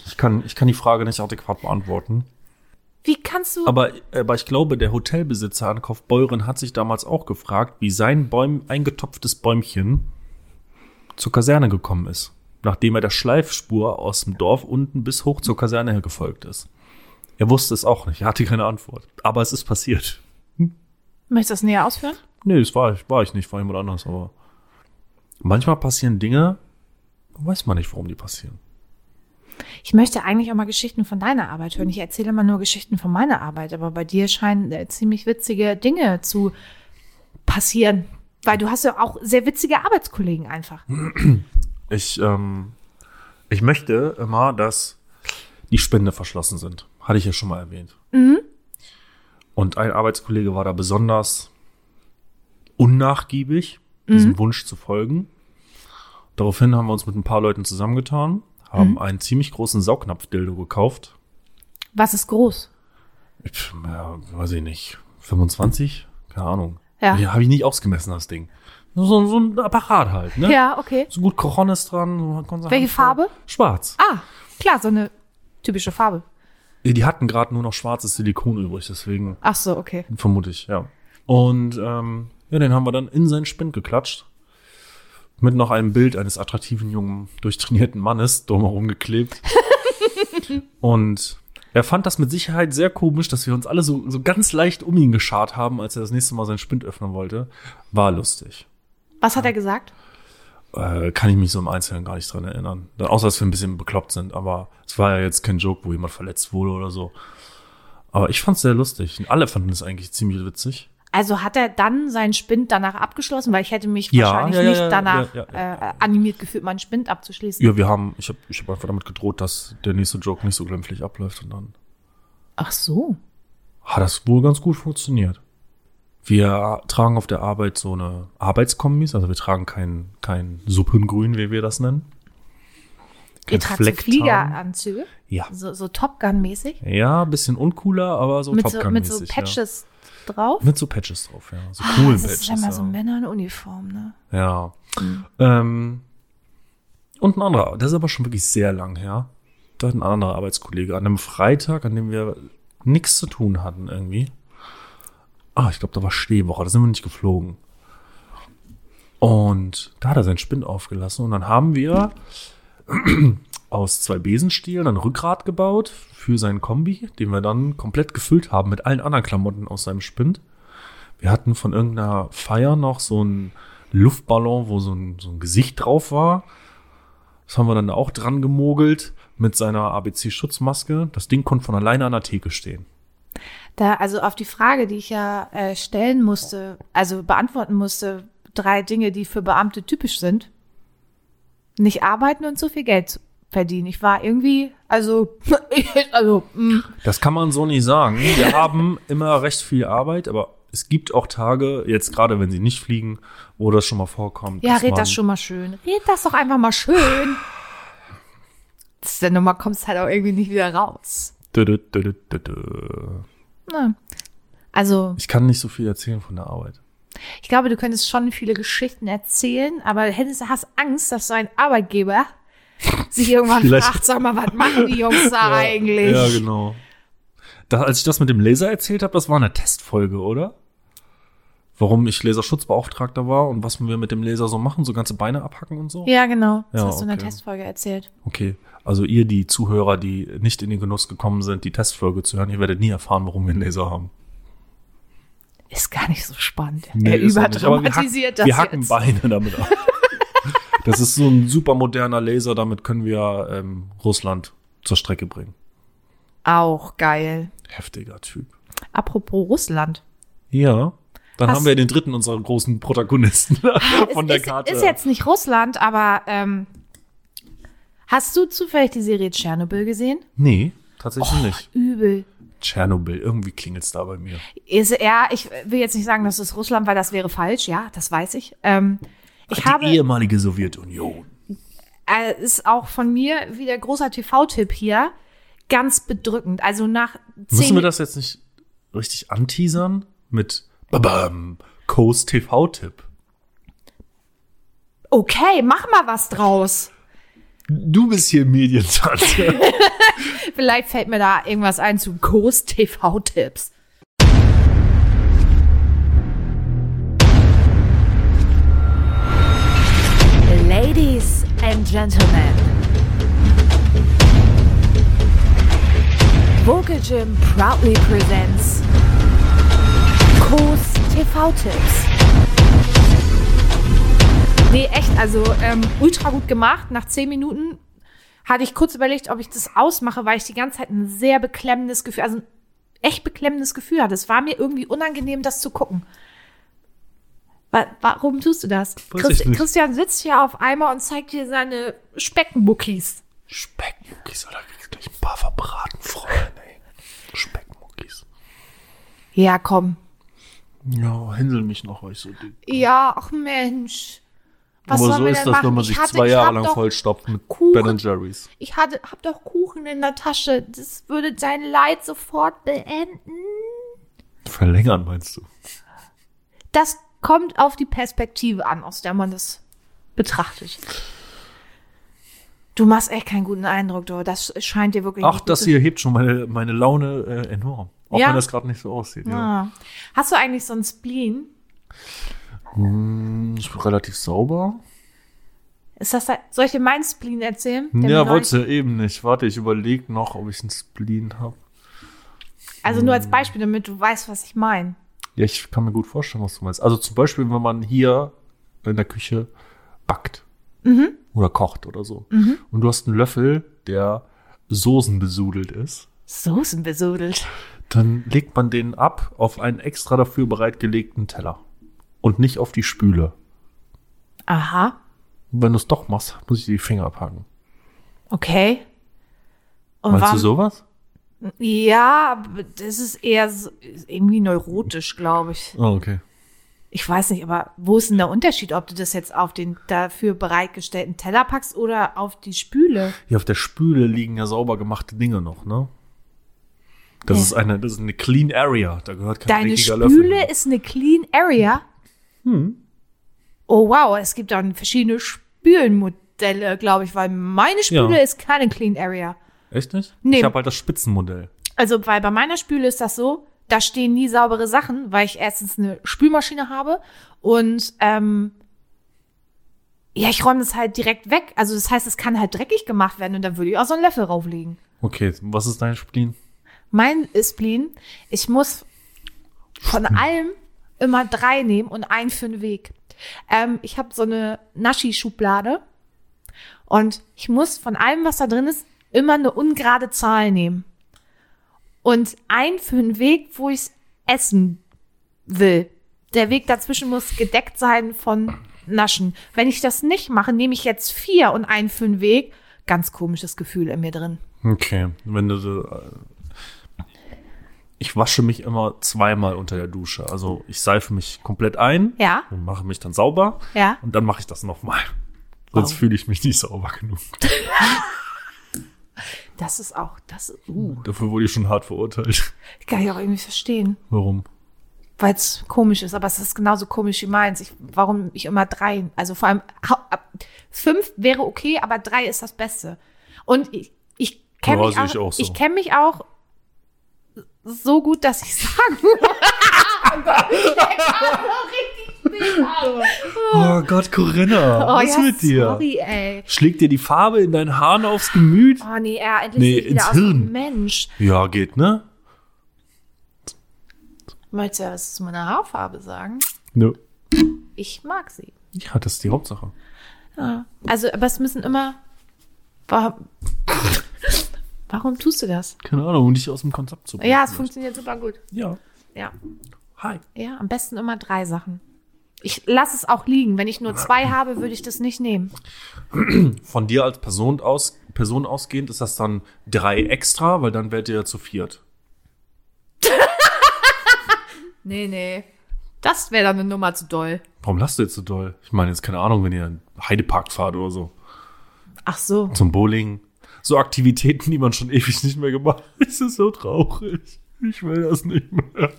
Speaker 2: Ich kann, ich kann die Frage nicht adäquat beantworten.
Speaker 1: Wie kannst du,
Speaker 2: Aber, aber ich glaube, der Hotelbesitzer an Kaufbeuren hat sich damals auch gefragt, wie sein Bäum, eingetopftes Bäumchen zur Kaserne gekommen ist. Nachdem er der Schleifspur aus dem Dorf unten bis hoch zur Kaserne gefolgt ist. Er wusste es auch nicht, er hatte keine Antwort. Aber es ist passiert.
Speaker 1: möchtest du das näher ausführen?
Speaker 2: Nee, das war ich, war ich nicht, war jemand anders, aber manchmal passieren Dinge, weiß man nicht, warum die passieren.
Speaker 1: Ich möchte eigentlich auch mal Geschichten von deiner Arbeit hören. Ich erzähle immer nur Geschichten von meiner Arbeit, aber bei dir scheinen äh, ziemlich witzige Dinge zu passieren. Weil du hast ja auch sehr witzige Arbeitskollegen einfach.
Speaker 2: Hm. Ich, ähm, ich möchte immer, dass die Spände verschlossen sind. Hatte ich ja schon mal erwähnt. Und ein Arbeitskollege war da besonders unnachgiebig, diesem Wunsch zu folgen. Daraufhin haben wir uns mit ein paar Leuten zusammengetan, haben einen ziemlich großen Saugnapf-Dildo gekauft.
Speaker 1: Was ist groß?
Speaker 2: Pff, ja, weiß ich nicht. 25? Keine Ahnung.
Speaker 1: Ja.
Speaker 2: Ja, habe ich nicht ausgemessen, das Ding. So, so ein Apparat halt, ne?
Speaker 1: Ja, okay.
Speaker 2: So gut Kochonis dran. So konnte
Speaker 1: Welche Farbe?
Speaker 2: Schwarz.
Speaker 1: Ah, klar, so eine typische Farbe.
Speaker 2: Die hatten gerade nur noch schwarzes Silikon übrig, deswegen
Speaker 1: Ach so, okay.
Speaker 2: vermute ich, ja. Und ähm, ja, den haben wir dann in seinen Spind geklatscht. Mit noch einem Bild eines attraktiven, jungen, durchtrainierten Mannes drumherum geklebt. Und er fand das mit Sicherheit sehr komisch, dass wir uns alle so, so ganz leicht um ihn geschart haben, als er das nächste Mal seinen Spind öffnen wollte. War lustig.
Speaker 1: Was hat er gesagt?
Speaker 2: Äh, kann ich mich so im Einzelnen gar nicht dran erinnern. Dann, außer, dass wir ein bisschen bekloppt sind, aber es war ja jetzt kein Joke, wo jemand verletzt wurde oder so. Aber ich fand's sehr lustig. Und alle fanden es eigentlich ziemlich witzig.
Speaker 1: Also hat er dann seinen Spind danach abgeschlossen, weil ich hätte mich
Speaker 2: Ja,
Speaker 1: wahrscheinlich
Speaker 2: ja, ja,
Speaker 1: nicht
Speaker 2: ja,
Speaker 1: danach
Speaker 2: ja, ja, ja.
Speaker 1: Äh, animiert gefühlt, meinen Spind abzuschließen.
Speaker 2: Ja, wir haben, ich habe ich hab einfach damit gedroht, dass der nächste Joke nicht so glimpflich abläuft und dann
Speaker 1: Ach so.
Speaker 2: hat das wohl ganz gut funktioniert. Wir tragen auf der Arbeit so eine Arbeitskommis, also wir tragen kein, kein Suppengrün, wie wir das nennen.
Speaker 1: Ihr
Speaker 2: Kein
Speaker 1: tragt so
Speaker 2: Flecktarn.
Speaker 1: Fliegeranzüge,
Speaker 2: Ja.
Speaker 1: so, so Top Gun-mäßig.
Speaker 2: Ja, bisschen uncooler, aber so
Speaker 1: mit,
Speaker 2: Top
Speaker 1: so,
Speaker 2: Gun
Speaker 1: mit so
Speaker 2: mäßig, ja.
Speaker 1: Patches drauf.
Speaker 2: Mit so Patches drauf, ja. So coolen
Speaker 1: das
Speaker 2: Patches.
Speaker 1: ist immer so
Speaker 2: ja.
Speaker 1: Männer in Uniform, ne?
Speaker 2: ja. Ähm, und ein anderer, das ist aber schon wirklich sehr lang her. Da hat ein anderer Arbeitskollege an einem Freitag, an dem wir nichts zu tun hatten irgendwie. Ah, ich glaube, da war Stehwoche, da sind wir nicht geflogen. Und da hat er seinen Spind aufgelassen und dann haben wir aus zwei Besenstielen ein Rückgrat gebaut für seinen Kombi, den wir dann komplett gefüllt haben mit allen anderen Klamotten aus seinem Spind. Wir hatten von irgendeiner Feier noch so einen Luftballon, wo so ein, so ein Gesicht drauf war. Das haben wir dann auch dran gemogelt mit seiner ABC-Schutzmaske. Das Ding konnte von alleine an der Theke stehen.
Speaker 1: Da, also auf die Frage, die ich ja äh, stellen musste, also beantworten musste, drei Dinge, die für Beamte typisch sind. Nicht arbeiten und so viel Geld verdienen. Ich war irgendwie, also, also, mh,
Speaker 2: Das kann man so nicht sagen. Wir haben immer recht viel Arbeit, aber es gibt auch Tage, jetzt gerade wenn sie nicht fliegen, wo das schon mal vorkommt.
Speaker 1: ja,
Speaker 2: dass
Speaker 1: red
Speaker 2: man-
Speaker 1: das schon mal schön. Red das doch einfach mal schön. Das ist der Nummer kommst halt auch irgendwie nicht wieder raus.
Speaker 2: Dö, dö, dö, dö, dö, dö.
Speaker 1: Ne? Also,
Speaker 2: Ich kann nicht so viel erzählen von der Arbeit.
Speaker 1: Ich glaube, du könntest schon viele Geschichten erzählen, aber hättest, hast Angst, dass so ein Arbeitgeber sich irgendwann
Speaker 2: Vielleicht-
Speaker 1: fragt, sag mal, was machen die Jungs da eigentlich?
Speaker 2: Ja, genau. Da, als ich das mit dem Laser erzählt habe, das war eine Testfolge, oder? Warum ich Laserschutzbeauftragter war und was wir mit dem Laser so machen, so ganze Beine abhacken und so?
Speaker 1: Ja, genau. Das
Speaker 2: Ja,
Speaker 1: hast du in der
Speaker 2: okay.
Speaker 1: Testfolge erzählt.
Speaker 2: Okay, also ihr, die Zuhörer, die nicht in den Genuss gekommen sind, die Testfolge zu hören, ihr werdet nie erfahren, warum wir einen Laser haben.
Speaker 1: Ist gar nicht so spannend.
Speaker 2: Nee,
Speaker 1: er
Speaker 2: ist auch nicht. Aber wir
Speaker 1: überdramatisiert
Speaker 2: hacken-
Speaker 1: das
Speaker 2: Wir hacken
Speaker 1: jetzt.
Speaker 2: Beine damit ab. das ist so ein super moderner Laser, damit können wir ähm, Russland zur Strecke bringen.
Speaker 1: Auch geil.
Speaker 2: Heftiger Typ.
Speaker 1: Apropos Russland.
Speaker 2: Ja. Dann
Speaker 1: Hast- Ah,
Speaker 2: haben wir den dritten unserer großen Protagonisten
Speaker 1: Es
Speaker 2: von der
Speaker 1: ist,
Speaker 2: Karte.
Speaker 1: Ist jetzt nicht Russland, aber ähm, hast du zufällig die Serie Tschernobyl gesehen?
Speaker 2: nee, tatsächlich
Speaker 1: Oh.
Speaker 2: nicht.
Speaker 1: Übel.
Speaker 2: Tschernobyl, irgendwie klingelt's da bei mir.
Speaker 1: Ist, ja, ich will jetzt nicht sagen, das ist Russland, weil das wäre falsch. Ja, das weiß ich. Ähm, ich
Speaker 2: Die
Speaker 1: habe,
Speaker 2: ehemalige Sowjetunion.
Speaker 1: äh, ist auch von mir wieder großer TV-Tipp hier, ganz bedrückend. Also nach
Speaker 2: Müssen
Speaker 1: zehn
Speaker 2: wir das jetzt nicht richtig anteasern? Mit Babam, Coast TV-Tipp.
Speaker 1: Okay, mach mal was draus.
Speaker 2: Du bist hier Medientante.
Speaker 1: Vielleicht fällt mir da irgendwas ein zu Kurs TV-Tipps. Ladies and Gentlemen. Vocal Gym proudly presents Kurs TV-Tipps. Nee, echt, also ähm, ultra gut gemacht. Nach zehn Minuten hatte ich kurz überlegt, ob ich das ausmache, weil ich die ganze Zeit ein sehr beklemmendes Gefühl, also ein echt beklemmendes Gefühl hatte. Es war mir irgendwie unangenehm, das zu gucken. Wa- Warum tust du das?
Speaker 2: Weiß
Speaker 1: Christi-
Speaker 2: ich nicht.
Speaker 1: Christian sitzt hier auf einmal und zeigt dir seine Speckenmuckis.
Speaker 2: Speckmuckis, Alter, kriegst gleich ein paar verbraten, Freunde, ey. Speckmuckis.
Speaker 1: Ja, komm.
Speaker 2: Ja, hänseln mich noch, weil ich so dick.
Speaker 1: Ja, ach Mensch. Was
Speaker 2: Aber
Speaker 1: sollen
Speaker 2: so
Speaker 1: wir
Speaker 2: ist
Speaker 1: denn
Speaker 2: das, wenn
Speaker 1: machen?
Speaker 2: man
Speaker 1: Ich
Speaker 2: sich
Speaker 1: hatte-
Speaker 2: zwei
Speaker 1: ich
Speaker 2: Jahre
Speaker 1: hab
Speaker 2: lang
Speaker 1: doch-
Speaker 2: vollstopft mit
Speaker 1: Kuchen.
Speaker 2: Ben Jerry's.
Speaker 1: Ich hatte, hab doch Kuchen in der Tasche. Das würde sein Leid sofort beenden.
Speaker 2: Verlängern, meinst du?
Speaker 1: Das kommt auf die Perspektive an, aus der man das betrachtet. Du machst echt keinen guten Eindruck, du. Das scheint dir wirklich.
Speaker 2: Ach,
Speaker 1: nicht
Speaker 2: das
Speaker 1: gut
Speaker 2: hier hebt schon meine, meine Laune äh, enorm. Auch
Speaker 1: Ja.
Speaker 2: wenn das gerade nicht so aussieht.
Speaker 1: zu-
Speaker 2: Ja.
Speaker 1: Ah. Hast du eigentlich so einen Spleen?
Speaker 2: Hm, Ich bin relativ sauber.
Speaker 1: Ist das da, soll ich dir meinen Spleen erzählen? Der mir
Speaker 2: ja,
Speaker 1: neulich-
Speaker 2: wolltest du eben nicht. Warte, ich überlege noch, ob ich einen Spleen habe.
Speaker 1: Also nur als Beispiel, damit du weißt, was ich meine.
Speaker 2: Ja, ich kann mir gut vorstellen, was du meinst. Also zum Beispiel, wenn man hier in der Küche backt
Speaker 1: Mhm.
Speaker 2: oder kocht oder so. Und du hast einen Löffel, der soßenbesudelt ist.
Speaker 1: Soßenbesudelt.
Speaker 2: Dann legt man den ab auf einen extra dafür bereitgelegten Teller. Und nicht auf die Spüle.
Speaker 1: Aha.
Speaker 2: Und wenn du es doch machst, muss ich die Finger packen.
Speaker 1: Okay. Und
Speaker 2: Meinst
Speaker 1: wann-
Speaker 2: du sowas?
Speaker 1: Ja, aber das ist eher so, ist irgendwie neurotisch, glaube ich.
Speaker 2: Oh, okay.
Speaker 1: Ich weiß nicht, aber wo ist denn der Unterschied, ob du das jetzt auf den dafür bereitgestellten Teller packst oder auf die Spüle?
Speaker 2: Hier auf der Spüle liegen ja sauber gemachte Dinge noch, ne? Das
Speaker 1: Ja.
Speaker 2: ist eine, das ist eine clean area. Da gehört kein
Speaker 1: Deine
Speaker 2: dreckiger
Speaker 1: Spüle
Speaker 2: Löffel. hin.
Speaker 1: ist eine Clean Area. Hm. Oh wow, es gibt dann verschiedene Spülenmodelle, glaube ich, weil meine Spüle
Speaker 2: Ja.
Speaker 1: ist keine Clean Area.
Speaker 2: Echt nicht?
Speaker 1: Nee.
Speaker 2: Ich habe halt das Spitzenmodell.
Speaker 1: Also, weil bei meiner Spüle ist das so, da stehen nie saubere Sachen, weil ich erstens eine Spülmaschine habe und ähm, ja, ich räume das halt direkt weg. Also das heißt, es kann halt dreckig gemacht werden und dann würde ich auch so einen Löffel rauflegen.
Speaker 2: Okay, was ist dein Spleen?
Speaker 1: Mein Spleen, ich muss von allem immer drei nehmen und einen für den Weg. Ähm, ich habe so eine Naschi-Schublade und ich muss von allem, was da drin ist, immer eine ungerade Zahl nehmen. Und einen für den Weg, wo ich essen will. Der Weg dazwischen muss gedeckt sein von Naschen. Wenn ich das nicht mache, nehme ich jetzt vier und einen für den Weg. Ganz komisches Gefühl in mir drin.
Speaker 2: Okay, wenn du so, äh, ich wasche mich immer zweimal unter der Dusche. Also ich seife mich komplett ein
Speaker 1: Ja,
Speaker 2: und mache mich dann sauber
Speaker 1: ja.
Speaker 2: und dann mache ich das nochmal. Sonst
Speaker 1: Wow.
Speaker 2: fühle ich mich nicht sauber genug.
Speaker 1: Das ist auch, das, uh,
Speaker 2: Dafür wurde ich schon hart verurteilt.
Speaker 1: kann ich auch irgendwie verstehen.
Speaker 2: Warum?
Speaker 1: weil es komisch ist, aber es ist genauso komisch wie meins. Ich, warum ich immer drei, also vor allem hau- ab- fünf wäre okay, aber drei ist das Beste. Und ich, ich kenne
Speaker 2: Ja,
Speaker 1: mich,
Speaker 2: sehe
Speaker 1: auch-
Speaker 2: ich auch so.
Speaker 1: ich kenn mich auch so gut, dass ich sagen
Speaker 2: Oh Gott, Corinna, was
Speaker 1: Oh ja,
Speaker 2: mit dir?
Speaker 1: Sorry, ey.
Speaker 2: Schlägt dir die Farbe in deinen Haaren aufs Gemüt?
Speaker 1: Oh nee, er endlich
Speaker 2: Nee,
Speaker 1: sehe ich
Speaker 2: ins
Speaker 1: wieder aus wie ein
Speaker 2: Hirn.
Speaker 1: Mensch.
Speaker 2: Ja, geht, ne?
Speaker 1: Möchtest du ja was zu meiner Haarfarbe sagen?
Speaker 2: Nö.
Speaker 1: Ich mag sie.
Speaker 2: Ja, das ist die Hauptsache.
Speaker 1: Ja. Also, aber es müssen immer. Warum, warum tust du das?
Speaker 2: Keine Ahnung, um dich aus dem Konzept zu bringen.
Speaker 1: Ja, es
Speaker 2: vielleicht.
Speaker 1: funktioniert super gut.
Speaker 2: Ja.
Speaker 1: Ja.
Speaker 2: Hi.
Speaker 1: Ja, am besten immer drei Sachen. Ich lasse es auch liegen. Wenn ich nur zwei habe, würde ich das nicht nehmen.
Speaker 2: Von dir als Person, aus, Person ausgehend ist das dann drei extra, weil dann wärt ihr ja zu viert.
Speaker 1: Nee, nee. Das wäre dann eine Nummer zu doll.
Speaker 2: Warum lasst du jetzt so doll? Ich meine, jetzt keine Ahnung, wenn ihr in den Heidepark fahrt oder so.
Speaker 1: Ach so.
Speaker 2: Zum Bowling. So Aktivitäten, die man schon ewig nicht mehr gemacht hat. Es ist so traurig. Ich will das nicht mehr.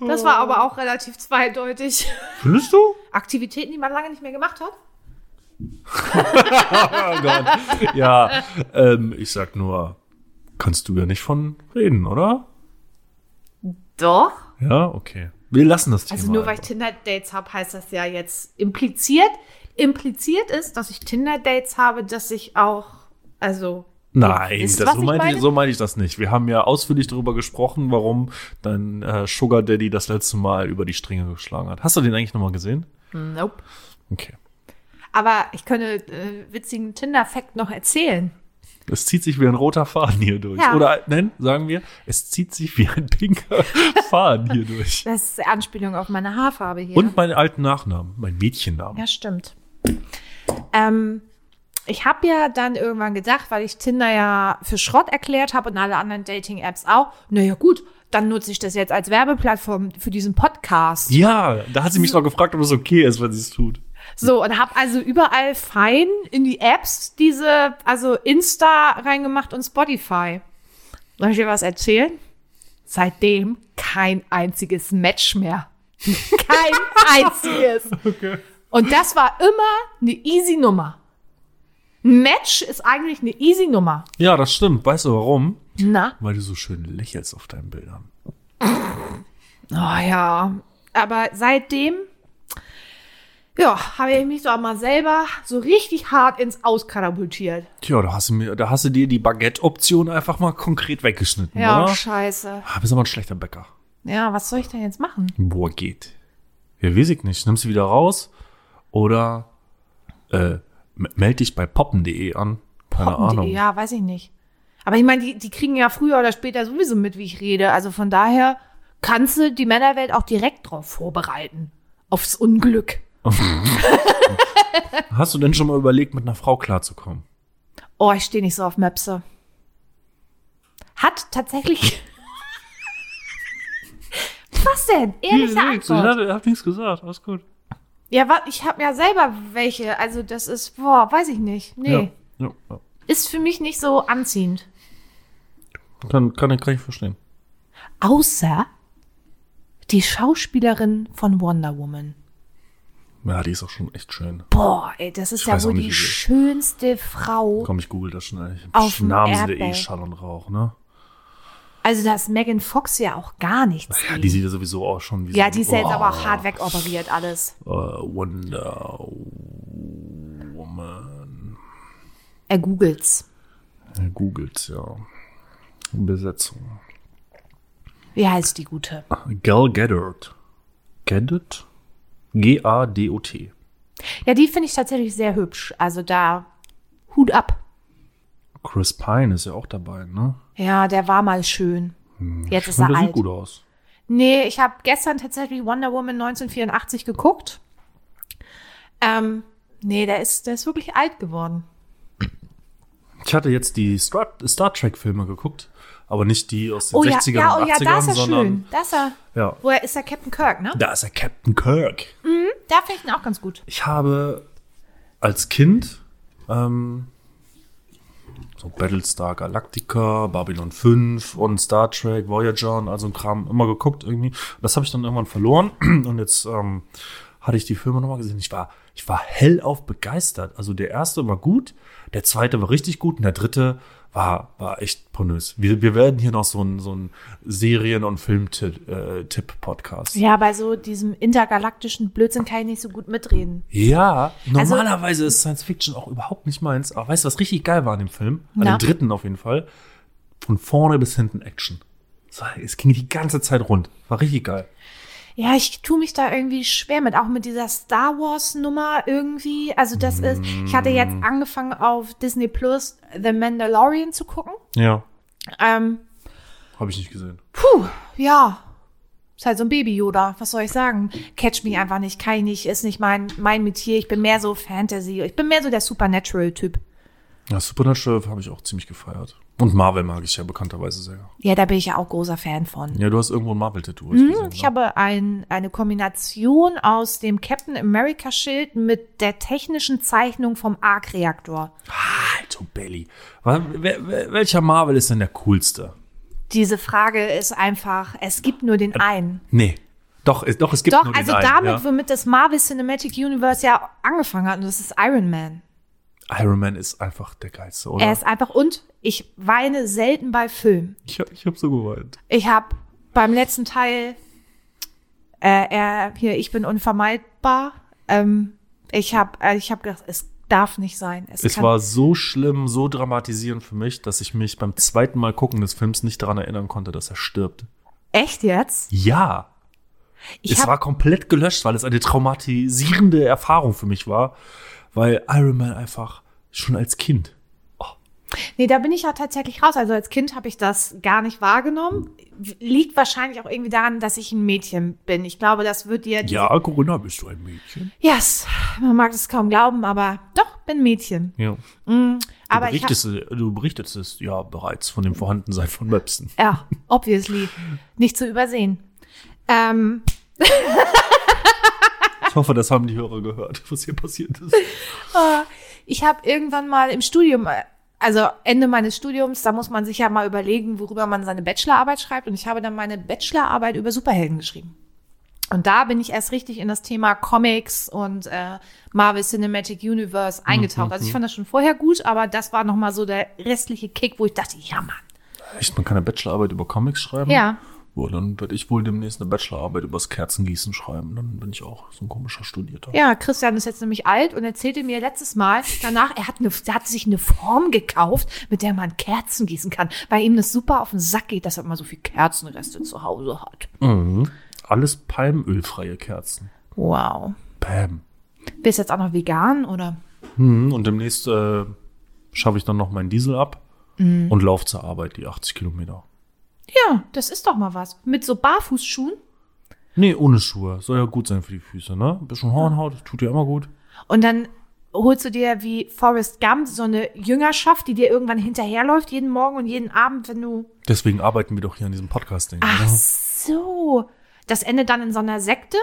Speaker 1: Das war aber auch relativ zweideutig.
Speaker 2: Findest du?
Speaker 1: Aktivitäten, die man lange nicht mehr gemacht hat?
Speaker 2: Oh Gott. Ja, ähm, ich sag nur, kannst du ja nicht von reden, oder?
Speaker 1: Doch.
Speaker 2: Ja, okay. Wir lassen das Thema.
Speaker 1: Also nur weil ich
Speaker 2: einfach.
Speaker 1: Tinder-Dates habe, heißt das ja jetzt impliziert. Impliziert ist, dass ich Tinder-Dates habe, dass ich auch, also.
Speaker 2: Nein,
Speaker 1: Wisst ihr,
Speaker 2: das,
Speaker 1: was
Speaker 2: so,
Speaker 1: ich
Speaker 2: meinte ich,
Speaker 1: meine?
Speaker 2: so meine ich das nicht. Wir haben ja ausführlich darüber gesprochen, warum dein äh, Sugar Daddy das letzte Mal über die Stränge geschlagen hat. Hast du den eigentlich nochmal gesehen?
Speaker 1: Nope.
Speaker 2: Okay.
Speaker 1: Aber ich könnte äh, witzigen Tinder-Fact noch erzählen.
Speaker 2: Es zieht sich wie ein roter Faden hier durch.
Speaker 1: Ja.
Speaker 2: Oder nein, sagen wir, es zieht sich wie ein pinker Faden hier durch.
Speaker 1: Das ist eine Anspielung auf meine Haarfarbe hier.
Speaker 2: Und meinen alten Nachnamen, meinen Mädchennamen.
Speaker 1: Ja, stimmt. Ähm, ich habe ja dann irgendwann gedacht, weil ich Tinder ja für Schrott erklärt habe und alle anderen Dating-Apps auch, naja gut, dann nutze ich das jetzt als Werbeplattform für diesen Podcast.
Speaker 2: Ja. da hat sie
Speaker 1: Mhm.
Speaker 2: mich noch gefragt, ob es okay ist, wenn sie es tut.
Speaker 1: So, und habe also überall fein in die Apps diese, also Insta reingemacht und Spotify. Soll ich dir was erzählen? Seitdem kein einziges Match mehr. Kein einziges. Und das war immer eine easy Nummer. Ein Match ist eigentlich eine easy Nummer.
Speaker 2: Ja, das stimmt. Weißt du warum?
Speaker 1: Na?
Speaker 2: Weil du so schön lächelst auf deinen Bildern.
Speaker 1: Oh ja. Aber seitdem, ja, habe ich mich doch mal selber so richtig hart ins Auskatapultiert.
Speaker 2: Tja, da hast du, mir, da hast du dir die Baguette-Option einfach mal konkret weggeschnitten,
Speaker 1: Ja,
Speaker 2: oder?
Speaker 1: Oh, scheiße.
Speaker 2: Ah, bist aber ein schlechter Bäcker.
Speaker 1: Ja, was soll ich denn jetzt machen?
Speaker 2: Boah, geht. Ja, weiß ich nicht. Nimm sie wieder raus oder äh, m- meld dich bei poppen.de an. Keine
Speaker 1: Hoppen.de,
Speaker 2: Ahnung.
Speaker 1: Ja, weiß ich nicht. Aber ich meine, die, die kriegen ja früher oder später sowieso mit, wie ich rede. Also von daher kannst du die Männerwelt auch direkt drauf vorbereiten. Aufs Unglück.
Speaker 2: Hast du denn schon mal überlegt, mit einer Frau klarzukommen?
Speaker 1: Oh, ich stehe nicht so auf Möpse. Hat tatsächlich. Was denn? Ehrliche Antwort.
Speaker 2: hab nichts gesagt, alles gut.
Speaker 1: Ja, wa- ich habe ja selber welche. Also das ist, boah, weiß ich nicht. Nee.
Speaker 2: Ja, ja, ja.
Speaker 1: Ist für mich nicht so anziehend.
Speaker 2: Kann, kann, kann ich verstehen.
Speaker 1: Außer die Schauspielerin von Wonder Woman.
Speaker 2: Ja, die ist auch schon echt schön.
Speaker 1: Boah, ey, das ist
Speaker 2: Ich
Speaker 1: ja
Speaker 2: weiß
Speaker 1: wohl
Speaker 2: auch nicht,
Speaker 1: die
Speaker 2: wie sie ist.
Speaker 1: schönste Frau.
Speaker 2: Komm, ich google das schnell.
Speaker 1: Auf dem
Speaker 2: Namen sind ja eh
Speaker 1: Erdball.
Speaker 2: Schall und Rauch, ne?
Speaker 1: Also da ist Megan Fox ja auch gar nichts.
Speaker 2: Ja,
Speaker 1: gegen.
Speaker 2: die sieht ja sowieso auch schon wie
Speaker 1: ja,
Speaker 2: so,
Speaker 1: die ist ja jetzt
Speaker 2: oh,
Speaker 1: aber auch hart wegoperiert alles.
Speaker 2: äh, Wonder Woman.
Speaker 1: Er googelt's.
Speaker 2: Googelt, ja. Besetzung.
Speaker 1: Wie heißt die gute?
Speaker 2: Gal Gadot. Gadot? G-A-D-O-T.
Speaker 1: Ja, die finde ich tatsächlich sehr hübsch. Also da Hut ab.
Speaker 2: Chris Pine ist ja auch dabei, ne?
Speaker 1: Ja, der war mal schön. Jetzt
Speaker 2: Ich
Speaker 1: ist
Speaker 2: finde,
Speaker 1: er
Speaker 2: der sieht
Speaker 1: alt.
Speaker 2: gut aus.
Speaker 1: Nee, ich habe gestern tatsächlich Wonder Woman 1984 geguckt. Ähm, nee, der ist, der ist wirklich alt geworden.
Speaker 2: Ich hatte jetzt die Star, Star Trek-Filme geguckt, aber nicht die aus den
Speaker 1: Oh ja,
Speaker 2: 60ern
Speaker 1: ja, oh
Speaker 2: und
Speaker 1: ja,
Speaker 2: 80ern,
Speaker 1: da ist er
Speaker 2: sondern.
Speaker 1: schön. Da ist er.
Speaker 2: Ja.
Speaker 1: Woher ist der Captain Kirk, ne?
Speaker 2: Da ist er Captain Kirk.
Speaker 1: Da finde ich ihn auch ganz gut.
Speaker 2: Ich habe als Kind ähm, So Battlestar Galactica, Babylon 5 und Star Trek, Voyager und all so ein Kram immer geguckt irgendwie. Das habe ich dann irgendwann verloren und jetzt ähm, hatte ich die Filme nochmal gesehen. Ich war, ich war hellauf begeistert. Also der erste war gut, der zweite war richtig gut und der dritte war, war echt pornös. Wir, wir werden hier noch so ein, so ein Serien- und äh, Filmtipp-Podcast.
Speaker 1: Ja, bei so diesem intergalaktischen Blödsinn kann ich nicht so gut mitreden.
Speaker 2: Ja,
Speaker 1: Also
Speaker 2: normalerweise ist Science Fiction auch überhaupt nicht meins. Aber weißt du, was richtig geil war an dem Film? An
Speaker 1: Na?
Speaker 2: dem dritten auf jeden Fall. Von vorne bis hinten Action. Es war- Es ging die ganze Zeit rund. War richtig geil.
Speaker 1: Ja, ich tue mich da irgendwie schwer mit, auch mit dieser Star Wars Nummer irgendwie. Also das ist, ich hatte jetzt
Speaker 2: Mm.
Speaker 1: angefangen auf Disney Plus The Mandalorian zu gucken.
Speaker 2: Ja.
Speaker 1: Ähm,
Speaker 2: Habe ich nicht gesehen.
Speaker 1: puh, ja. Ist halt so ein Baby Yoda, was soll ich sagen? Catch me einfach nicht, kann ich nicht, ist nicht mein, mein Metier. Ich bin mehr so Fantasy, ich bin mehr so der Supernatural-Typ.
Speaker 2: Ja, Supernatural habe ich auch ziemlich gefeiert. Und Marvel mag ich ja bekannterweise sehr.
Speaker 1: Ja, da bin ich ja auch großer Fan von.
Speaker 2: Ja, du hast irgendwo ein Marvel-Tattoo. hab ich gesehen,
Speaker 1: Hm, Ich
Speaker 2: ne?
Speaker 1: habe ein, eine Kombination aus dem Captain America Schild mit der technischen Zeichnung vom Arc-Reaktor.
Speaker 2: Alter Belly. Wa- wer- wer- Welcher Marvel ist denn der coolste?
Speaker 1: Diese Frage ist einfach, es gibt nur den einen.
Speaker 2: Nee. Doch, es- doch es gibt
Speaker 1: Doch,
Speaker 2: nur den
Speaker 1: also
Speaker 2: einen.
Speaker 1: damit,
Speaker 2: ja.
Speaker 1: womit das Marvel Cinematic Universe ja angefangen hat, und das ist Iron Man.
Speaker 2: Iron Man ist einfach der geilste, oder?
Speaker 1: Er ist einfach, und ich weine selten bei Filmen.
Speaker 2: ich, hab- ich habe so geweint.
Speaker 1: Ich habe beim letzten Teil, äh, er, hier, ich bin unvermeidbar, ähm, ich habe äh, ich hab gedacht, es darf nicht sein.
Speaker 2: Es
Speaker 1: kann-
Speaker 2: war so schlimm, so dramatisierend für mich, dass ich mich beim zweiten Mal gucken des Films nicht daran erinnern konnte, dass er stirbt.
Speaker 1: Echt jetzt?
Speaker 2: Ja,
Speaker 1: Ich
Speaker 2: es
Speaker 1: hab-
Speaker 2: war komplett gelöscht, weil es eine traumatisierende Erfahrung für mich war, weil Iron Man einfach schon als Kind.
Speaker 1: Nee, da bin ich ja tatsächlich raus. Also als Kind habe ich das gar nicht wahrgenommen. Liegt wahrscheinlich auch irgendwie daran, dass ich ein Mädchen bin. Ich glaube, das wird dir.
Speaker 2: Ja, Corinna, bist du ein Mädchen?
Speaker 1: Yes, man mag es kaum glauben, aber doch, bin Mädchen.
Speaker 2: Ja. Du,
Speaker 1: Aber ich. Hab,
Speaker 2: berichtest, du berichtest es ja bereits von dem Vorhandensein von Möpsen.
Speaker 1: ja, obviously. Nicht zu übersehen. Ähm,
Speaker 2: Ich hoffe, das haben die Hörer gehört, was hier passiert ist.
Speaker 1: äh, ich habe irgendwann mal im Studium. äh, Also Ende meines Studiums, da muss man sich ja mal überlegen, worüber man seine Bachelorarbeit schreibt. Und ich habe dann meine Bachelorarbeit über Superhelden geschrieben. Und da bin ich erst richtig in das Thema Comics und äh, Marvel Cinematic Universe eingetaucht. Also ich fand das schon vorher gut, aber das war nochmal so der restliche Kick, wo ich dachte, ja Mann.
Speaker 2: Echt, man kann eine Bachelorarbeit über Comics schreiben?
Speaker 1: Ja.
Speaker 2: Boah, dann werde ich wohl demnächst eine Bachelorarbeit übers Kerzengießen schreiben. Dann bin ich auch so ein komischer Studierter.
Speaker 1: Ja, Christian ist jetzt nämlich alt und erzählte mir letztes Mal danach, er hat, eine, er hat sich eine Form gekauft, mit der man Kerzen gießen kann, weil ihm das super auf den Sack geht, dass er immer so viel Kerzenreste zu Hause hat.
Speaker 2: Mhm. Alles palmölfreie Kerzen.
Speaker 1: Wow.
Speaker 2: Bam.
Speaker 1: Bist jetzt auch noch vegan oder?
Speaker 2: Mhm. Und demnächst äh, schaffe ich dann noch meinen Diesel ab
Speaker 1: Mhm.
Speaker 2: und laufe zur Arbeit, die 80 Kilometer.
Speaker 1: Ja, das ist doch mal was. Mit so Barfußschuhen.
Speaker 2: Nee, ohne Schuhe. Soll ja gut sein für die Füße, ne? Bisschen Hornhaut, tut ja immer gut.
Speaker 1: Und dann holst du dir wie Forrest Gump so eine Jüngerschaft, die dir irgendwann hinterherläuft, jeden Morgen und jeden Abend, wenn du.
Speaker 2: Deswegen arbeiten wir doch hier an diesem Podcasting.
Speaker 1: Ach
Speaker 2: oder?
Speaker 1: so. Das endet dann in so einer Sekte,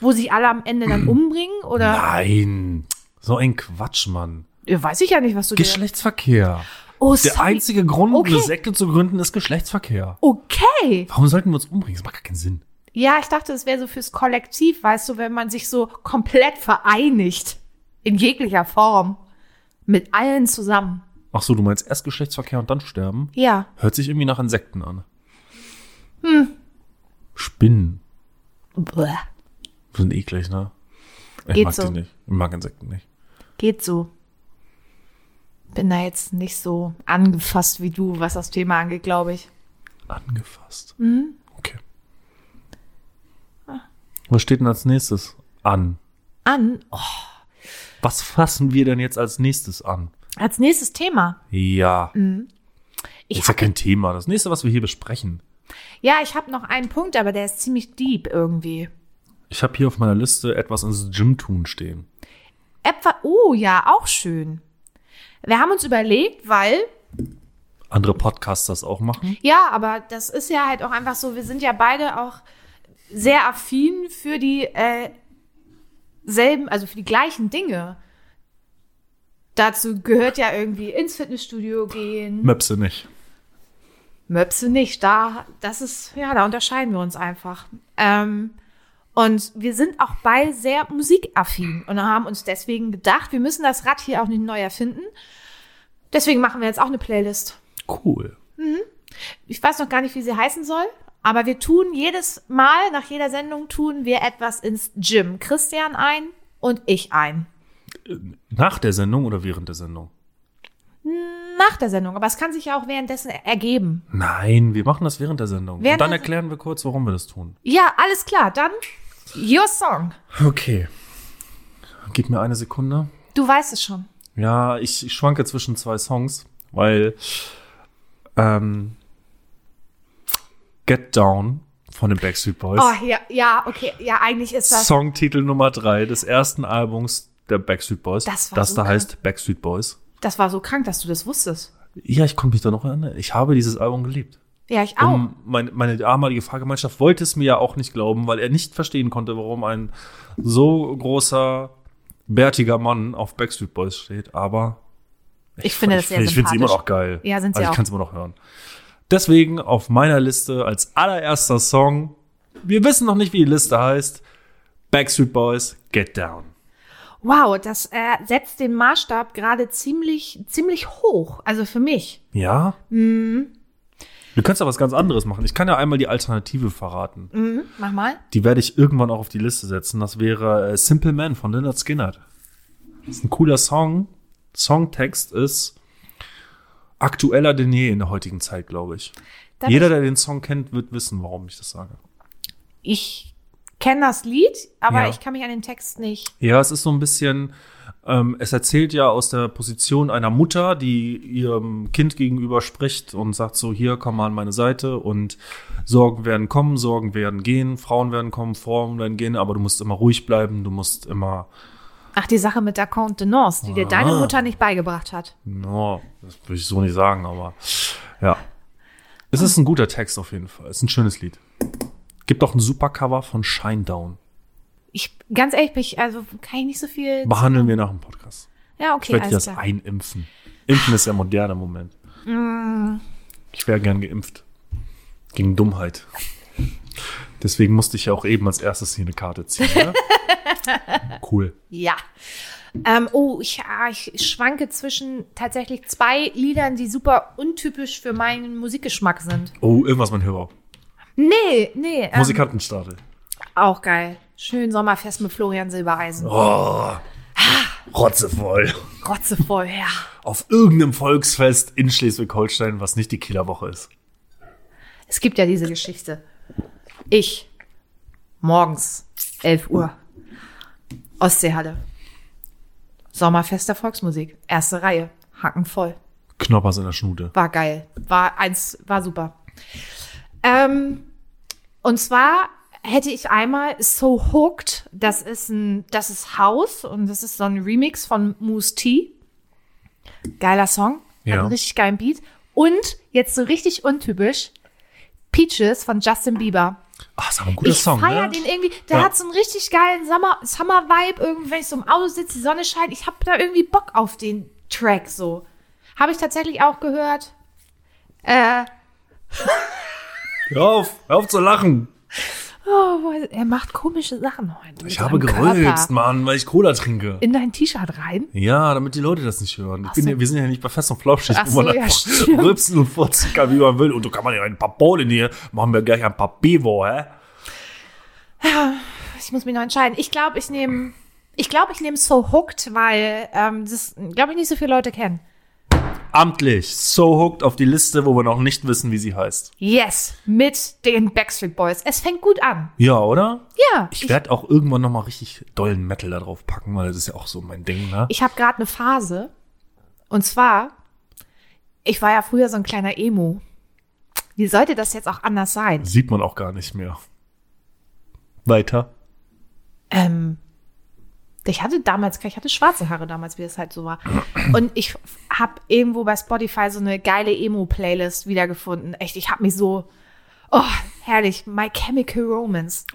Speaker 1: wo sich alle am Ende dann umbringen? Oder?
Speaker 2: Nein. So ein Quatsch, Mann.
Speaker 1: Ja, weiß ich ja nicht, was du dir.
Speaker 2: Geschlechtsverkehr.
Speaker 1: Oh,
Speaker 2: Der
Speaker 1: sorry.
Speaker 2: einzige Grund,
Speaker 1: Okay.
Speaker 2: eine Sekte zu gründen, ist Geschlechtsverkehr.
Speaker 1: Okay.
Speaker 2: Warum sollten wir uns umbringen? Das macht gar keinen Sinn.
Speaker 1: Ja, ich dachte, es wäre so fürs Kollektiv, weißt du, wenn man sich so komplett vereinigt. In jeglicher Form. Mit allen zusammen.
Speaker 2: Ach so, du meinst erst Geschlechtsverkehr und dann sterben?
Speaker 1: Ja.
Speaker 2: Hört sich irgendwie nach Insekten an. Hm.
Speaker 1: Hm.
Speaker 2: Spinnen
Speaker 1: Bleh.
Speaker 2: sind eklig, ne? Ich
Speaker 1: Geht
Speaker 2: mag
Speaker 1: so.
Speaker 2: die nicht. Ich mag Insekten nicht.
Speaker 1: Geht so. Bin da jetzt nicht so angefasst wie du, was das Thema angeht, glaube ich.
Speaker 2: Angefasst. Mhm. Okay.
Speaker 1: Ah.
Speaker 2: Was steht denn als nächstes an?
Speaker 1: An. Oh,
Speaker 2: Was fassen wir denn jetzt als nächstes an?
Speaker 1: als nächstes Thema.
Speaker 2: Ja.
Speaker 1: Mhm. Ich
Speaker 2: ist ja kein Thema. Das nächste, was wir hier besprechen.
Speaker 1: Ja, ich habe noch einen Punkt, aber der ist ziemlich deep irgendwie.
Speaker 2: Ich habe hier auf meiner Liste etwas ins Gym tun stehen.
Speaker 1: Etwa, oh ja, auch schön. Wir haben uns überlegt, weil,
Speaker 2: Andere Podcasts das auch machen?
Speaker 1: ja, aber das ist ja halt auch einfach so, wir sind ja beide auch sehr affin für die äh, selben, also für die gleichen Dinge. Dazu gehört ja irgendwie ins Fitnessstudio gehen.
Speaker 2: Möpse nicht.
Speaker 1: Möpse nicht. Da, das ist, ja, da unterscheiden wir uns einfach. Ähm, und wir sind auch beide sehr musikaffin und haben uns deswegen gedacht, wir müssen das Rad hier auch nicht neu erfinden. Deswegen machen wir jetzt auch eine Playlist.
Speaker 2: Cool.
Speaker 1: Ich weiß noch gar nicht, wie sie heißen soll, aber wir tun jedes Mal, nach jeder Sendung tun wir etwas ins Gym. Christian ein und ich ein.
Speaker 2: Nach der Sendung oder während der Sendung?
Speaker 1: Nach der Sendung, aber es kann sich ja auch währenddessen ergeben.
Speaker 2: Nein, wir machen das während der Sendung.
Speaker 1: Während
Speaker 2: Und dann
Speaker 1: der-
Speaker 2: erklären wir kurz, warum wir das tun.
Speaker 1: Ja, alles klar, dann your song.
Speaker 2: Okay. Gib mir eine Sekunde.
Speaker 1: Du weißt es schon.
Speaker 2: Ja, ich, ich schwanke zwischen zwei Songs, weil ähm, Get Down von den Backstreet Boys.
Speaker 1: Oh, ja, ja, okay, ja, eigentlich ist das.
Speaker 2: Songtitel Nummer drei des ersten Albums der Backstreet Boys.
Speaker 1: Das war
Speaker 2: das
Speaker 1: so
Speaker 2: da
Speaker 1: krank.
Speaker 2: heißt Backstreet Boys.
Speaker 1: Das war so krank, dass du das wusstest.
Speaker 2: Ja, ich konnte mich da noch erinnern. Ich habe dieses Album geliebt.
Speaker 1: Ja, ich auch.
Speaker 2: Und mein, meine damalige Fahrgemeinschaft wollte es mir ja auch nicht glauben, weil er nicht verstehen konnte, warum ein so großer, bärtiger Mann auf Backstreet Boys steht. Aber
Speaker 1: ich, finde das
Speaker 2: ich,
Speaker 1: sehr
Speaker 2: ich finde sie
Speaker 1: sympathisch.
Speaker 2: immer noch geil.
Speaker 1: Ja, sind sie
Speaker 2: also
Speaker 1: auch.
Speaker 2: ich kann es immer noch hören. Deswegen auf meiner Liste als allererster Song, wir wissen noch nicht, wie die Liste heißt, Backstreet Boys, Get Down.
Speaker 1: Wow, das äh, setzt den Maßstab gerade ziemlich, ziemlich hoch. Also für mich.
Speaker 2: Ja?
Speaker 1: Mhm.
Speaker 2: Du kannst ja was ganz anderes machen. Ich kann ja einmal die Alternative verraten.
Speaker 1: Mhm, mach mal.
Speaker 2: Die werde ich irgendwann auch auf die Liste setzen. Das wäre äh, Simple Man von Leonard Skinner. Das ist ein cooler Song. Songtext ist aktueller denn je in der heutigen Zeit, glaube ich.
Speaker 1: Darf
Speaker 2: Jeder, der den Song kennt, wird wissen, warum ich das sage.
Speaker 1: Ich, ich kenne das Lied, aber
Speaker 2: Ja.
Speaker 1: ich kann mich an den Text nicht.
Speaker 2: Ja, es ist so ein bisschen, ähm, es erzählt ja aus der Position einer Mutter, die ihrem Kind gegenüber spricht und sagt so, hier, komm mal an meine Seite und Sorgen werden kommen, Sorgen werden gehen, Frauen werden kommen, Frauen werden gehen, aber du musst immer ruhig bleiben, du musst immer,
Speaker 1: Ach, die Sache mit der Contenance, die dir deine
Speaker 2: Ah.
Speaker 1: Mutter nicht beigebracht hat.
Speaker 2: no, das würde ich so nicht sagen, aber ja. Es ist ein guter Text auf jeden Fall, es ist ein schönes Lied. Gibt auch ein super Cover von Shinedown.
Speaker 1: Ich, ganz ehrlich, bin ich, also kann ich nicht so viel.
Speaker 2: Behandeln wir nach dem Podcast.
Speaker 1: Ja,
Speaker 2: Ich
Speaker 1: okay,
Speaker 2: werde dir
Speaker 1: alles
Speaker 2: das
Speaker 1: klar.
Speaker 2: einimpfen. Impfen ist ja modern im Moment.
Speaker 1: Mm.
Speaker 2: Ich wäre gern geimpft. Gegen Dummheit. Deswegen musste ich ja auch eben als erstes hier eine Karte ziehen. Oder? cool.
Speaker 1: Ja. Ähm, oh, ich, ah, ich schwanke zwischen tatsächlich zwei Liedern, die super untypisch für meinen Musikgeschmack sind.
Speaker 2: Oh, irgendwas mein Hörer.
Speaker 1: Ähm. Nee, nee. Ähm,
Speaker 2: Musikantenstadel.
Speaker 1: Auch geil. Schön Sommerfest mit Florian Silbereisen.
Speaker 2: Oh, rotzevoll.
Speaker 1: Rotzevoll, ja.
Speaker 2: Auf irgendeinem Volksfest in Schleswig-Holstein, was nicht die Killerwoche ist.
Speaker 1: Es gibt ja diese Geschichte. Ich, morgens, 11 Uhr, Ostseehalle. Sommerfest der Volksmusik. Erste Reihe. Hacken voll.
Speaker 2: Knoppers in der Schnute.
Speaker 1: War geil. War eins, war super. Ähm, und zwar hätte ich einmal So Hooked, das ist ein, das ist House und das ist so ein Remix von Moose T. Geiler Song. Hat
Speaker 2: Ja.
Speaker 1: einen richtig geilen Beat. Und jetzt so richtig untypisch, Peaches von Justin Bieber.
Speaker 2: Ach, Ah, ist aber ein guter
Speaker 1: ich
Speaker 2: Song,
Speaker 1: feier
Speaker 2: ne?
Speaker 1: den irgendwie. Der
Speaker 2: Ja.
Speaker 1: hat so einen richtig geilen Summer, Summer-Vibe, irgendwie, wenn ich so im Auto sitze, die Sonne scheint. Ich hab da irgendwie Bock auf den Track so. Habe ich tatsächlich auch gehört. Äh,
Speaker 2: Hör auf, hör auf zu lachen.
Speaker 1: oh, er macht komische Sachen heute.
Speaker 2: Ich habe gerülpst, Mann, weil ich Cola trinke.
Speaker 1: In dein T-Shirt rein.
Speaker 2: Ja, damit die Leute das nicht hören. Ich
Speaker 1: Ach
Speaker 2: bin
Speaker 1: so.
Speaker 2: ja, wir sind ja nicht bei Fest und Flauschig,
Speaker 1: Ach
Speaker 2: wo man
Speaker 1: so, ja,
Speaker 2: einfach
Speaker 1: stimmt.
Speaker 2: rülpsen und furzen kann, wie man will. Und du kann man ja ein paar Bohlen hier, machen wir gleich ein paar Bevo, hä?
Speaker 1: Ich muss mich noch entscheiden. Ich glaube, ich nehme. Ich glaube, ich nehme So Hooked, weil ähm, das, glaube ich, nicht so viele Leute kennen.
Speaker 2: Amtlich, so hooked auf die Liste, wo wir noch nicht wissen, wie sie heißt.
Speaker 1: Yes, mit den Backstreet Boys. Es fängt gut an.
Speaker 2: Ja, oder?
Speaker 1: Ja.
Speaker 2: Ich werde auch irgendwann nochmal richtig dollen Metal da drauf packen, weil das ist ja auch so mein Ding, ne?
Speaker 1: ich habe gerade eine Phase. Und zwar, ich war ja früher so ein kleiner Emo. Wie sollte das jetzt auch anders sein?
Speaker 2: Sieht man auch gar nicht mehr. Weiter.
Speaker 1: Ähm, ich hatte damals, ich hatte schwarze Haare damals, wie es halt so war. Und ich habe irgendwo bei Spotify so eine geile Emo-Playlist wiedergefunden. Echt, ich habe mich so, oh, herrlich, My Chemical Romance.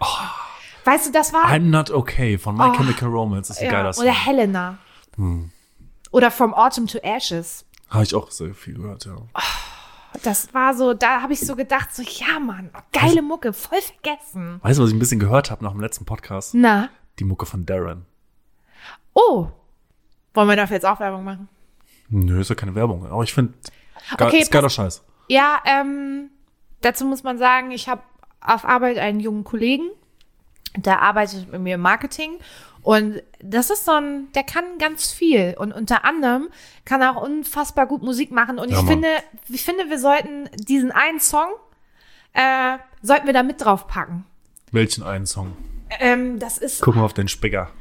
Speaker 1: Weißt du, das war
Speaker 2: I'm Not Okay von My
Speaker 1: Oh.
Speaker 2: Chemical Romance ist ein
Speaker 1: ja,
Speaker 2: geiler
Speaker 1: oder
Speaker 2: Song.
Speaker 1: Helena. Oder From Autumn to Ashes.
Speaker 2: Habe ich auch sehr viel gehört, ja.
Speaker 1: Das war so, da habe ich so gedacht, so, ja, Mann, geile Mucke, voll vergessen.
Speaker 2: Weißt du, was ich ein bisschen gehört habe nach dem letzten Podcast?
Speaker 1: Na,
Speaker 2: Die Mucke von Darren.
Speaker 1: oh. Wollen wir dafür jetzt auch Werbung machen?
Speaker 2: Nö, ist ja keine Werbung. Aber ich finde,
Speaker 1: Okay,
Speaker 2: ist geiler Scheiß.
Speaker 1: Ja, ähm, dazu muss man sagen, ich habe auf Arbeit einen jungen Kollegen, der arbeitet mit mir im Marketing und das ist so ein, der kann ganz viel und unter anderem kann er auch unfassbar gut Musik machen und
Speaker 2: Ja,
Speaker 1: ich
Speaker 2: Mann.
Speaker 1: finde, ich finde, wir sollten diesen einen Song, äh, sollten wir da mit drauf packen.
Speaker 2: Welchen einen Song?
Speaker 1: Ähm, das ist,
Speaker 2: Guck mal auf den Spicker.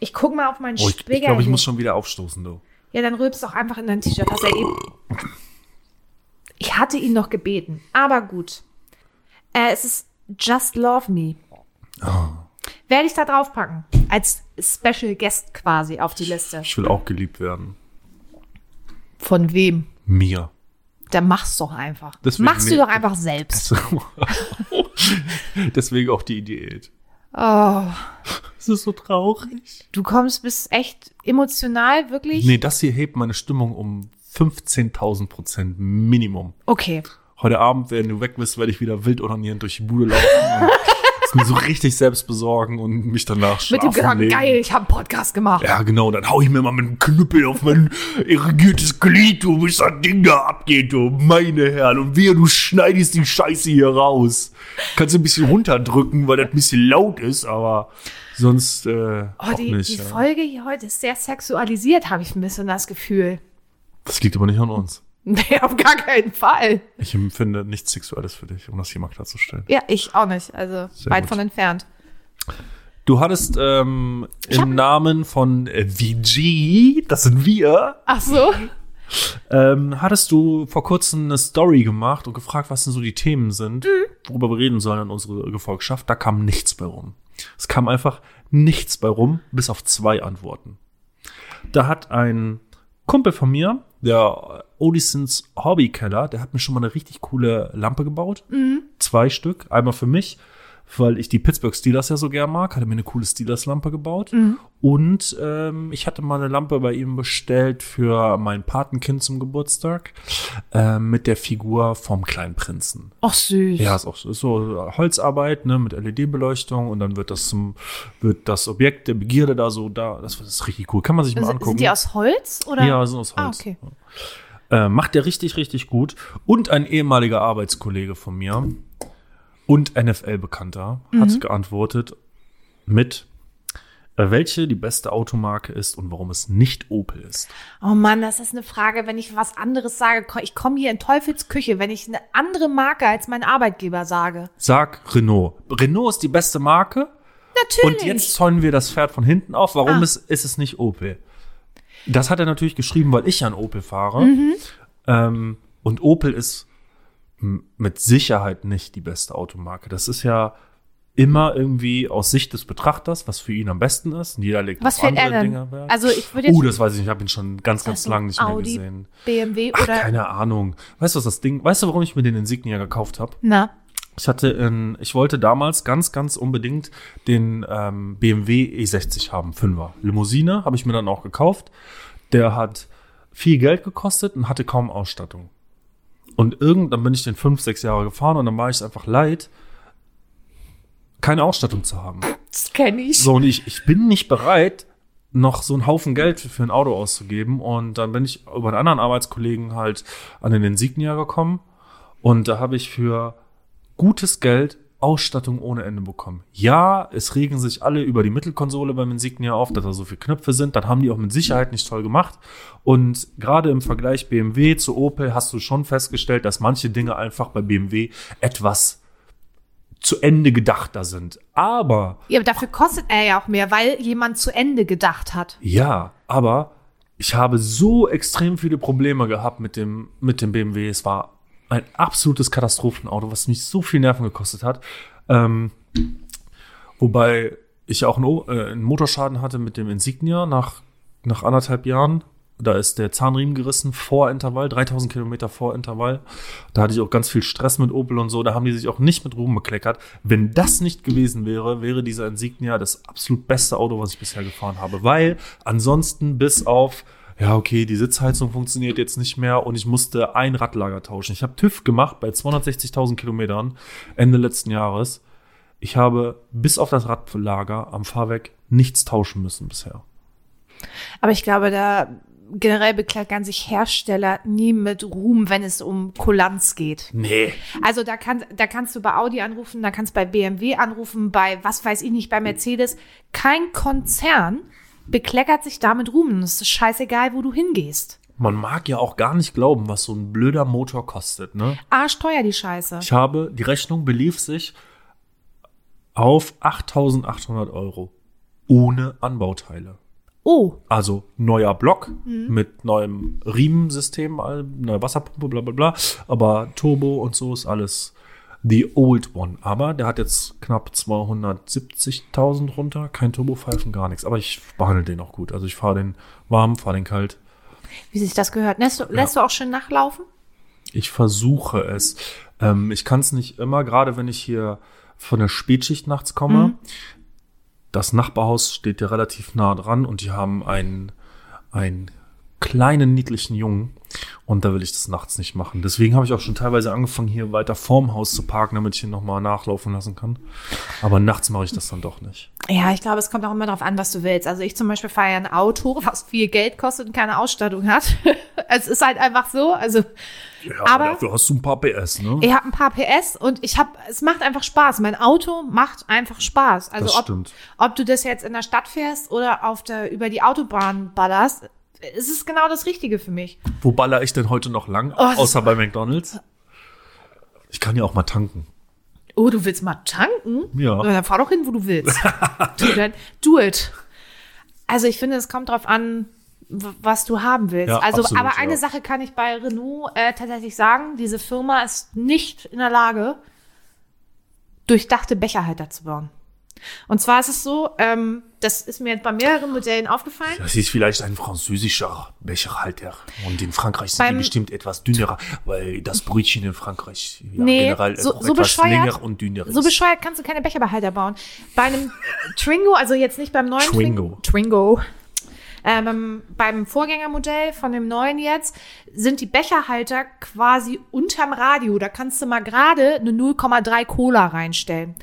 Speaker 1: ich guck mal auf meinen
Speaker 2: Oh, ich ich
Speaker 1: Spiegel.
Speaker 2: glaube, ich
Speaker 1: hier.
Speaker 2: muss schon wieder aufstoßen, du.
Speaker 1: Ja, dann rülpst doch einfach in dein T-Shirt, was er eben. Ich hatte ihn noch gebeten, aber gut. Äh, es ist Just Love Me.
Speaker 2: Oh.
Speaker 1: Werde ich da draufpacken. Als Special Guest quasi auf die Liste.
Speaker 2: Ich will auch geliebt werden.
Speaker 1: Von wem?
Speaker 2: Mir.
Speaker 1: Dann mach's doch einfach.
Speaker 2: Deswegen
Speaker 1: Machst du
Speaker 2: nee.
Speaker 1: doch einfach selbst.
Speaker 2: Deswegen auch die Diät.
Speaker 1: Oh,
Speaker 2: Es ist so traurig.
Speaker 1: du kommst bis echt emotional, wirklich?
Speaker 2: Nee, das hier hebt meine Stimmung um 15.000 Prozent Minimum.
Speaker 1: Okay.
Speaker 2: Heute Abend, wenn du weg bist, werde ich wieder wild onanierend durch die Bude laufen. und es mir so richtig selbst besorgen und mich danach
Speaker 1: Mit
Speaker 2: schlafen
Speaker 1: dem Gedanken,
Speaker 2: legen.
Speaker 1: geil, ich habe einen Podcast gemacht.
Speaker 2: Ja, genau, dann hau ich mir mal mit einem Knüppel auf mein irrigiertes Glied, du, bis das Ding da abgeht, du, meine Herren. Und wehe, du schneidest die Scheiße hier raus. Kannst du ein bisschen runterdrücken, weil das ein bisschen laut ist, aber sonst äh,
Speaker 1: Oh,
Speaker 2: auch
Speaker 1: die,
Speaker 2: nicht.
Speaker 1: die
Speaker 2: ja.
Speaker 1: Folge hier heute ist sehr sexualisiert, habe ich ein bisschen das Gefühl.
Speaker 2: Das liegt aber nicht an uns.
Speaker 1: Nee, auf gar keinen Fall.
Speaker 2: Ich empfinde nichts Sexuelles für dich, um das hier mal klarzustellen.
Speaker 1: Ja, ich auch nicht. Also
Speaker 2: Sehr
Speaker 1: weit
Speaker 2: gut.
Speaker 1: von entfernt.
Speaker 2: Du hattest ähm,
Speaker 1: Ich hab-
Speaker 2: im Namen von äh, VG, das sind wir,
Speaker 1: Ach so?
Speaker 2: Ähm, hattest du vor kurzem eine Story gemacht und gefragt, was denn so die Themen sind,
Speaker 1: Mhm.
Speaker 2: worüber wir reden sollen in unserer Gefolgschaft? Da kam nichts bei rum. Es kam einfach nichts bei rum, bis auf zwei Antworten. Da hat ein Kumpel von mir, der Odysseus Hobbykeller, der hat mir schon mal eine richtig coole Lampe gebaut.
Speaker 1: Mhm.
Speaker 2: Zwei Stück. Einmal für mich, weil ich die Pittsburgh Steelers ja so gern mag, hat er mir eine coole Steelers-Lampe gebaut.
Speaker 1: Mhm.
Speaker 2: Und ähm, ich hatte mal eine Lampe bei ihm bestellt für mein Patenkind zum Geburtstag ähm, mit der Figur vom kleinen Prinzen.
Speaker 1: Ach süß.
Speaker 2: Ja, ist auch so, ist so Holzarbeit, ne, mit LED-Beleuchtung und dann wird das zum, wird das Objekt der Begierde da so da. Das ist richtig cool. Kann man sich mal
Speaker 1: Also, sind,
Speaker 2: angucken.
Speaker 1: sind die aus Holz? Oder?
Speaker 2: Ja, sind aus
Speaker 1: Ah,
Speaker 2: Holz.
Speaker 1: okay.
Speaker 2: Äh, macht der richtig, richtig gut. Und ein ehemaliger Arbeitskollege von mir und NFL-Bekannter hat geantwortet mit, äh, welche die beste Automarke ist und warum es nicht Opel ist.
Speaker 1: Oh Mann, das ist eine Frage, wenn ich was anderes sage. ko- Ich komme hier in Teufelsküche, wenn ich eine andere Marke als mein Arbeitgeber sage.
Speaker 2: Sag Renault. Renault ist die beste Marke
Speaker 1: Natürlich.
Speaker 2: und jetzt zäunen wir das Pferd von hinten auf. Warum
Speaker 1: Ah.
Speaker 2: ist, ist es nicht Opel? Das hat er natürlich geschrieben, weil ich ja ein Opel fahre.
Speaker 1: Mhm.
Speaker 2: Ähm, und Opel ist m- mit Sicherheit nicht die beste Automarke. Das ist ja immer irgendwie aus Sicht des Betrachters, was für ihn am besten ist. Und jeder legt
Speaker 1: Was
Speaker 2: auf
Speaker 1: fehlt
Speaker 2: andere
Speaker 1: er denn?
Speaker 2: Dinge Wert.
Speaker 1: Also ich würde jetzt
Speaker 2: Oh, das weiß ich nicht. Ich habe ihn schon ganz, ganz
Speaker 1: Also
Speaker 2: lange nicht mehr
Speaker 1: Audi
Speaker 2: gesehen.
Speaker 1: BMW
Speaker 2: Ach,
Speaker 1: oder
Speaker 2: keine Ahnung. Weißt du, was das Ding? Weißt du, warum ich mir den Insignia gekauft habe?
Speaker 1: na
Speaker 2: Ich hatte in, ich wollte damals ganz, ganz unbedingt den ähm, BMW E60 haben, 5er. Limousine habe ich mir dann auch gekauft. Der hat viel Geld gekostet und hatte kaum Ausstattung. Und irgend, dann bin ich den fünf, sechs Jahre gefahren und dann war ich es einfach leid, keine Ausstattung zu haben.
Speaker 1: das kenne ich.
Speaker 2: So, und ich, ich bin nicht bereit, noch so einen Haufen Geld für ein Auto auszugeben. Und dann bin ich über einen anderen Arbeitskollegen halt an den Insignia gekommen. Und da habe ich für gutes Geld Ausstattung ohne Ende bekommen. Ja, es regen sich alle über die Mittelkonsole beim Insignia auf, dass da so viele Knöpfe sind. Dann haben die auch mit Sicherheit nicht toll gemacht. Und gerade im Vergleich BMW zu Opel hast du schon festgestellt, dass manche Dinge einfach bei BMW etwas zu Ende gedachter sind. Aber
Speaker 1: Ja, aber dafür kostet er ja auch mehr, weil jemand zu Ende gedacht hat.
Speaker 2: ja, aber ich habe so extrem viele Probleme gehabt mit dem, mit dem BMW. Es war ein absolutes Katastrophenauto, was mich so viel Nerven gekostet hat. Ähm, wobei ich auch einen, O- äh, einen Motorschaden hatte mit dem Insignia nach, nach anderthalb Jahren. Da ist der Zahnriemen gerissen vor Intervall, 3000 Kilometer vor Intervall. Da hatte ich auch ganz viel Stress mit Opel und so. Da haben die sich auch nicht mit Ruhm bekleckert. Wenn das nicht gewesen wäre, wäre dieser Insignia das absolut beste Auto, was ich bisher gefahren habe. Weil ansonsten bis auf ja, okay, die Sitzheizung funktioniert jetzt nicht mehr und ich musste ein Radlager tauschen. Ich habe TÜV gemacht bei 260.000 Kilometern Ende letzten Jahres. Ich habe bis auf das Radlager am Fahrwerk nichts tauschen müssen bisher.
Speaker 1: Aber ich glaube, da generell beklackern sich Hersteller nie mit Ruhm, wenn es um Kulanz geht.
Speaker 2: Nee.
Speaker 1: Also da, kann, da kannst du bei Audi anrufen, da kannst du bei BMW anrufen, bei was weiß ich nicht, bei Mercedes. Kein Konzern bekleckert sich damit Ruhm. Es ist scheißegal, wo du hingehst.
Speaker 2: Man mag ja auch gar nicht glauben, was so ein blöder Motor kostet, ne?
Speaker 1: Arschteuer die Scheiße.
Speaker 2: Ich habe, die Rechnung belief sich auf 8.800 Euro. Ohne Anbauteile.
Speaker 1: Oh,
Speaker 2: Also neuer Block mit neuem Riemensystem, all- neue Wasserpumpe, bla bla bla. Aber Turbo und so ist alles the old one. Aber der hat jetzt knapp 270.000 runter. Kein Turbopfeifen, gar nichts. Aber ich behandle den auch gut. Also ich fahre den warm, fahre den kalt.
Speaker 1: wie sich das gehört. Lässt du, lässt du auch schön nachlaufen?
Speaker 2: Ich versuche es. Ähm, ich kann es nicht immer, gerade wenn ich hier von der Spätschicht nachts komme.
Speaker 1: Mhm.
Speaker 2: Das Nachbarhaus steht ja relativ nah dran und die haben einen, einen kleinen, niedlichen Jungen. Und da will ich das nachts nicht machen. Deswegen habe ich auch schon teilweise angefangen, hier weiter vorm Haus zu parken, damit ich ihn nochmal nachlaufen lassen kann. Aber nachts mache ich das dann doch nicht.
Speaker 1: Ja, ich glaube, es kommt auch immer darauf an, was du willst. Also ich zum Beispiel fahre ja ein Auto, was viel Geld kostet und keine Ausstattung hat. es ist halt einfach so. Also
Speaker 2: Ja,
Speaker 1: Aber-
Speaker 2: dafür hast du ein paar PS, ne?
Speaker 1: ich habe ein paar PS und ich habe, es macht einfach Spaß. Mein Auto macht einfach Spaß. Also
Speaker 2: Das
Speaker 1: ob,
Speaker 2: stimmt.
Speaker 1: ob du das jetzt in der Stadt fährst oder auf der über die Autobahn ballerst, es ist genau das Richtige für mich.
Speaker 2: Wo baller ich denn heute noch lang?
Speaker 1: Oh, das-
Speaker 2: außer bei McDonalds? Ich kann ja auch mal tanken.
Speaker 1: Oh, du willst mal tanken?
Speaker 2: Ja.
Speaker 1: Na, dann fahr doch hin, wo du willst. du, dann do it. Also ich finde, es kommt drauf an, w- was du haben willst.
Speaker 2: Ja,
Speaker 1: also,
Speaker 2: absolut,
Speaker 1: aber
Speaker 2: ja.
Speaker 1: eine Sache kann ich bei Renault äh, tatsächlich sagen: Diese Firma ist nicht in der Lage, durchdachte Becherhalter zu bauen. Und zwar ist es so, ähm, das ist mir jetzt bei mehreren Modellen aufgefallen.
Speaker 2: Das ist vielleicht ein französischer Becherhalter. Und in Frankreich sind
Speaker 1: Beim-
Speaker 2: die bestimmt etwas dünnerer, weil das Brötchen in Frankreich ja,
Speaker 1: Nee,
Speaker 2: generell
Speaker 1: so-
Speaker 2: auch
Speaker 1: so
Speaker 2: etwas
Speaker 1: bescheuert-
Speaker 2: länger und dünner
Speaker 1: So
Speaker 2: ist.
Speaker 1: bescheuert kannst du keine Becherbehalter bauen. Bei einem Twingo, also jetzt nicht beim neuen
Speaker 2: Twingo.
Speaker 1: Twingo. Twingo. Ähm, beim Vorgängermodell von dem neuen jetzt sind die Becherhalter quasi unterm Radio. Da kannst du mal gerade eine 0,3 Cola reinstellen.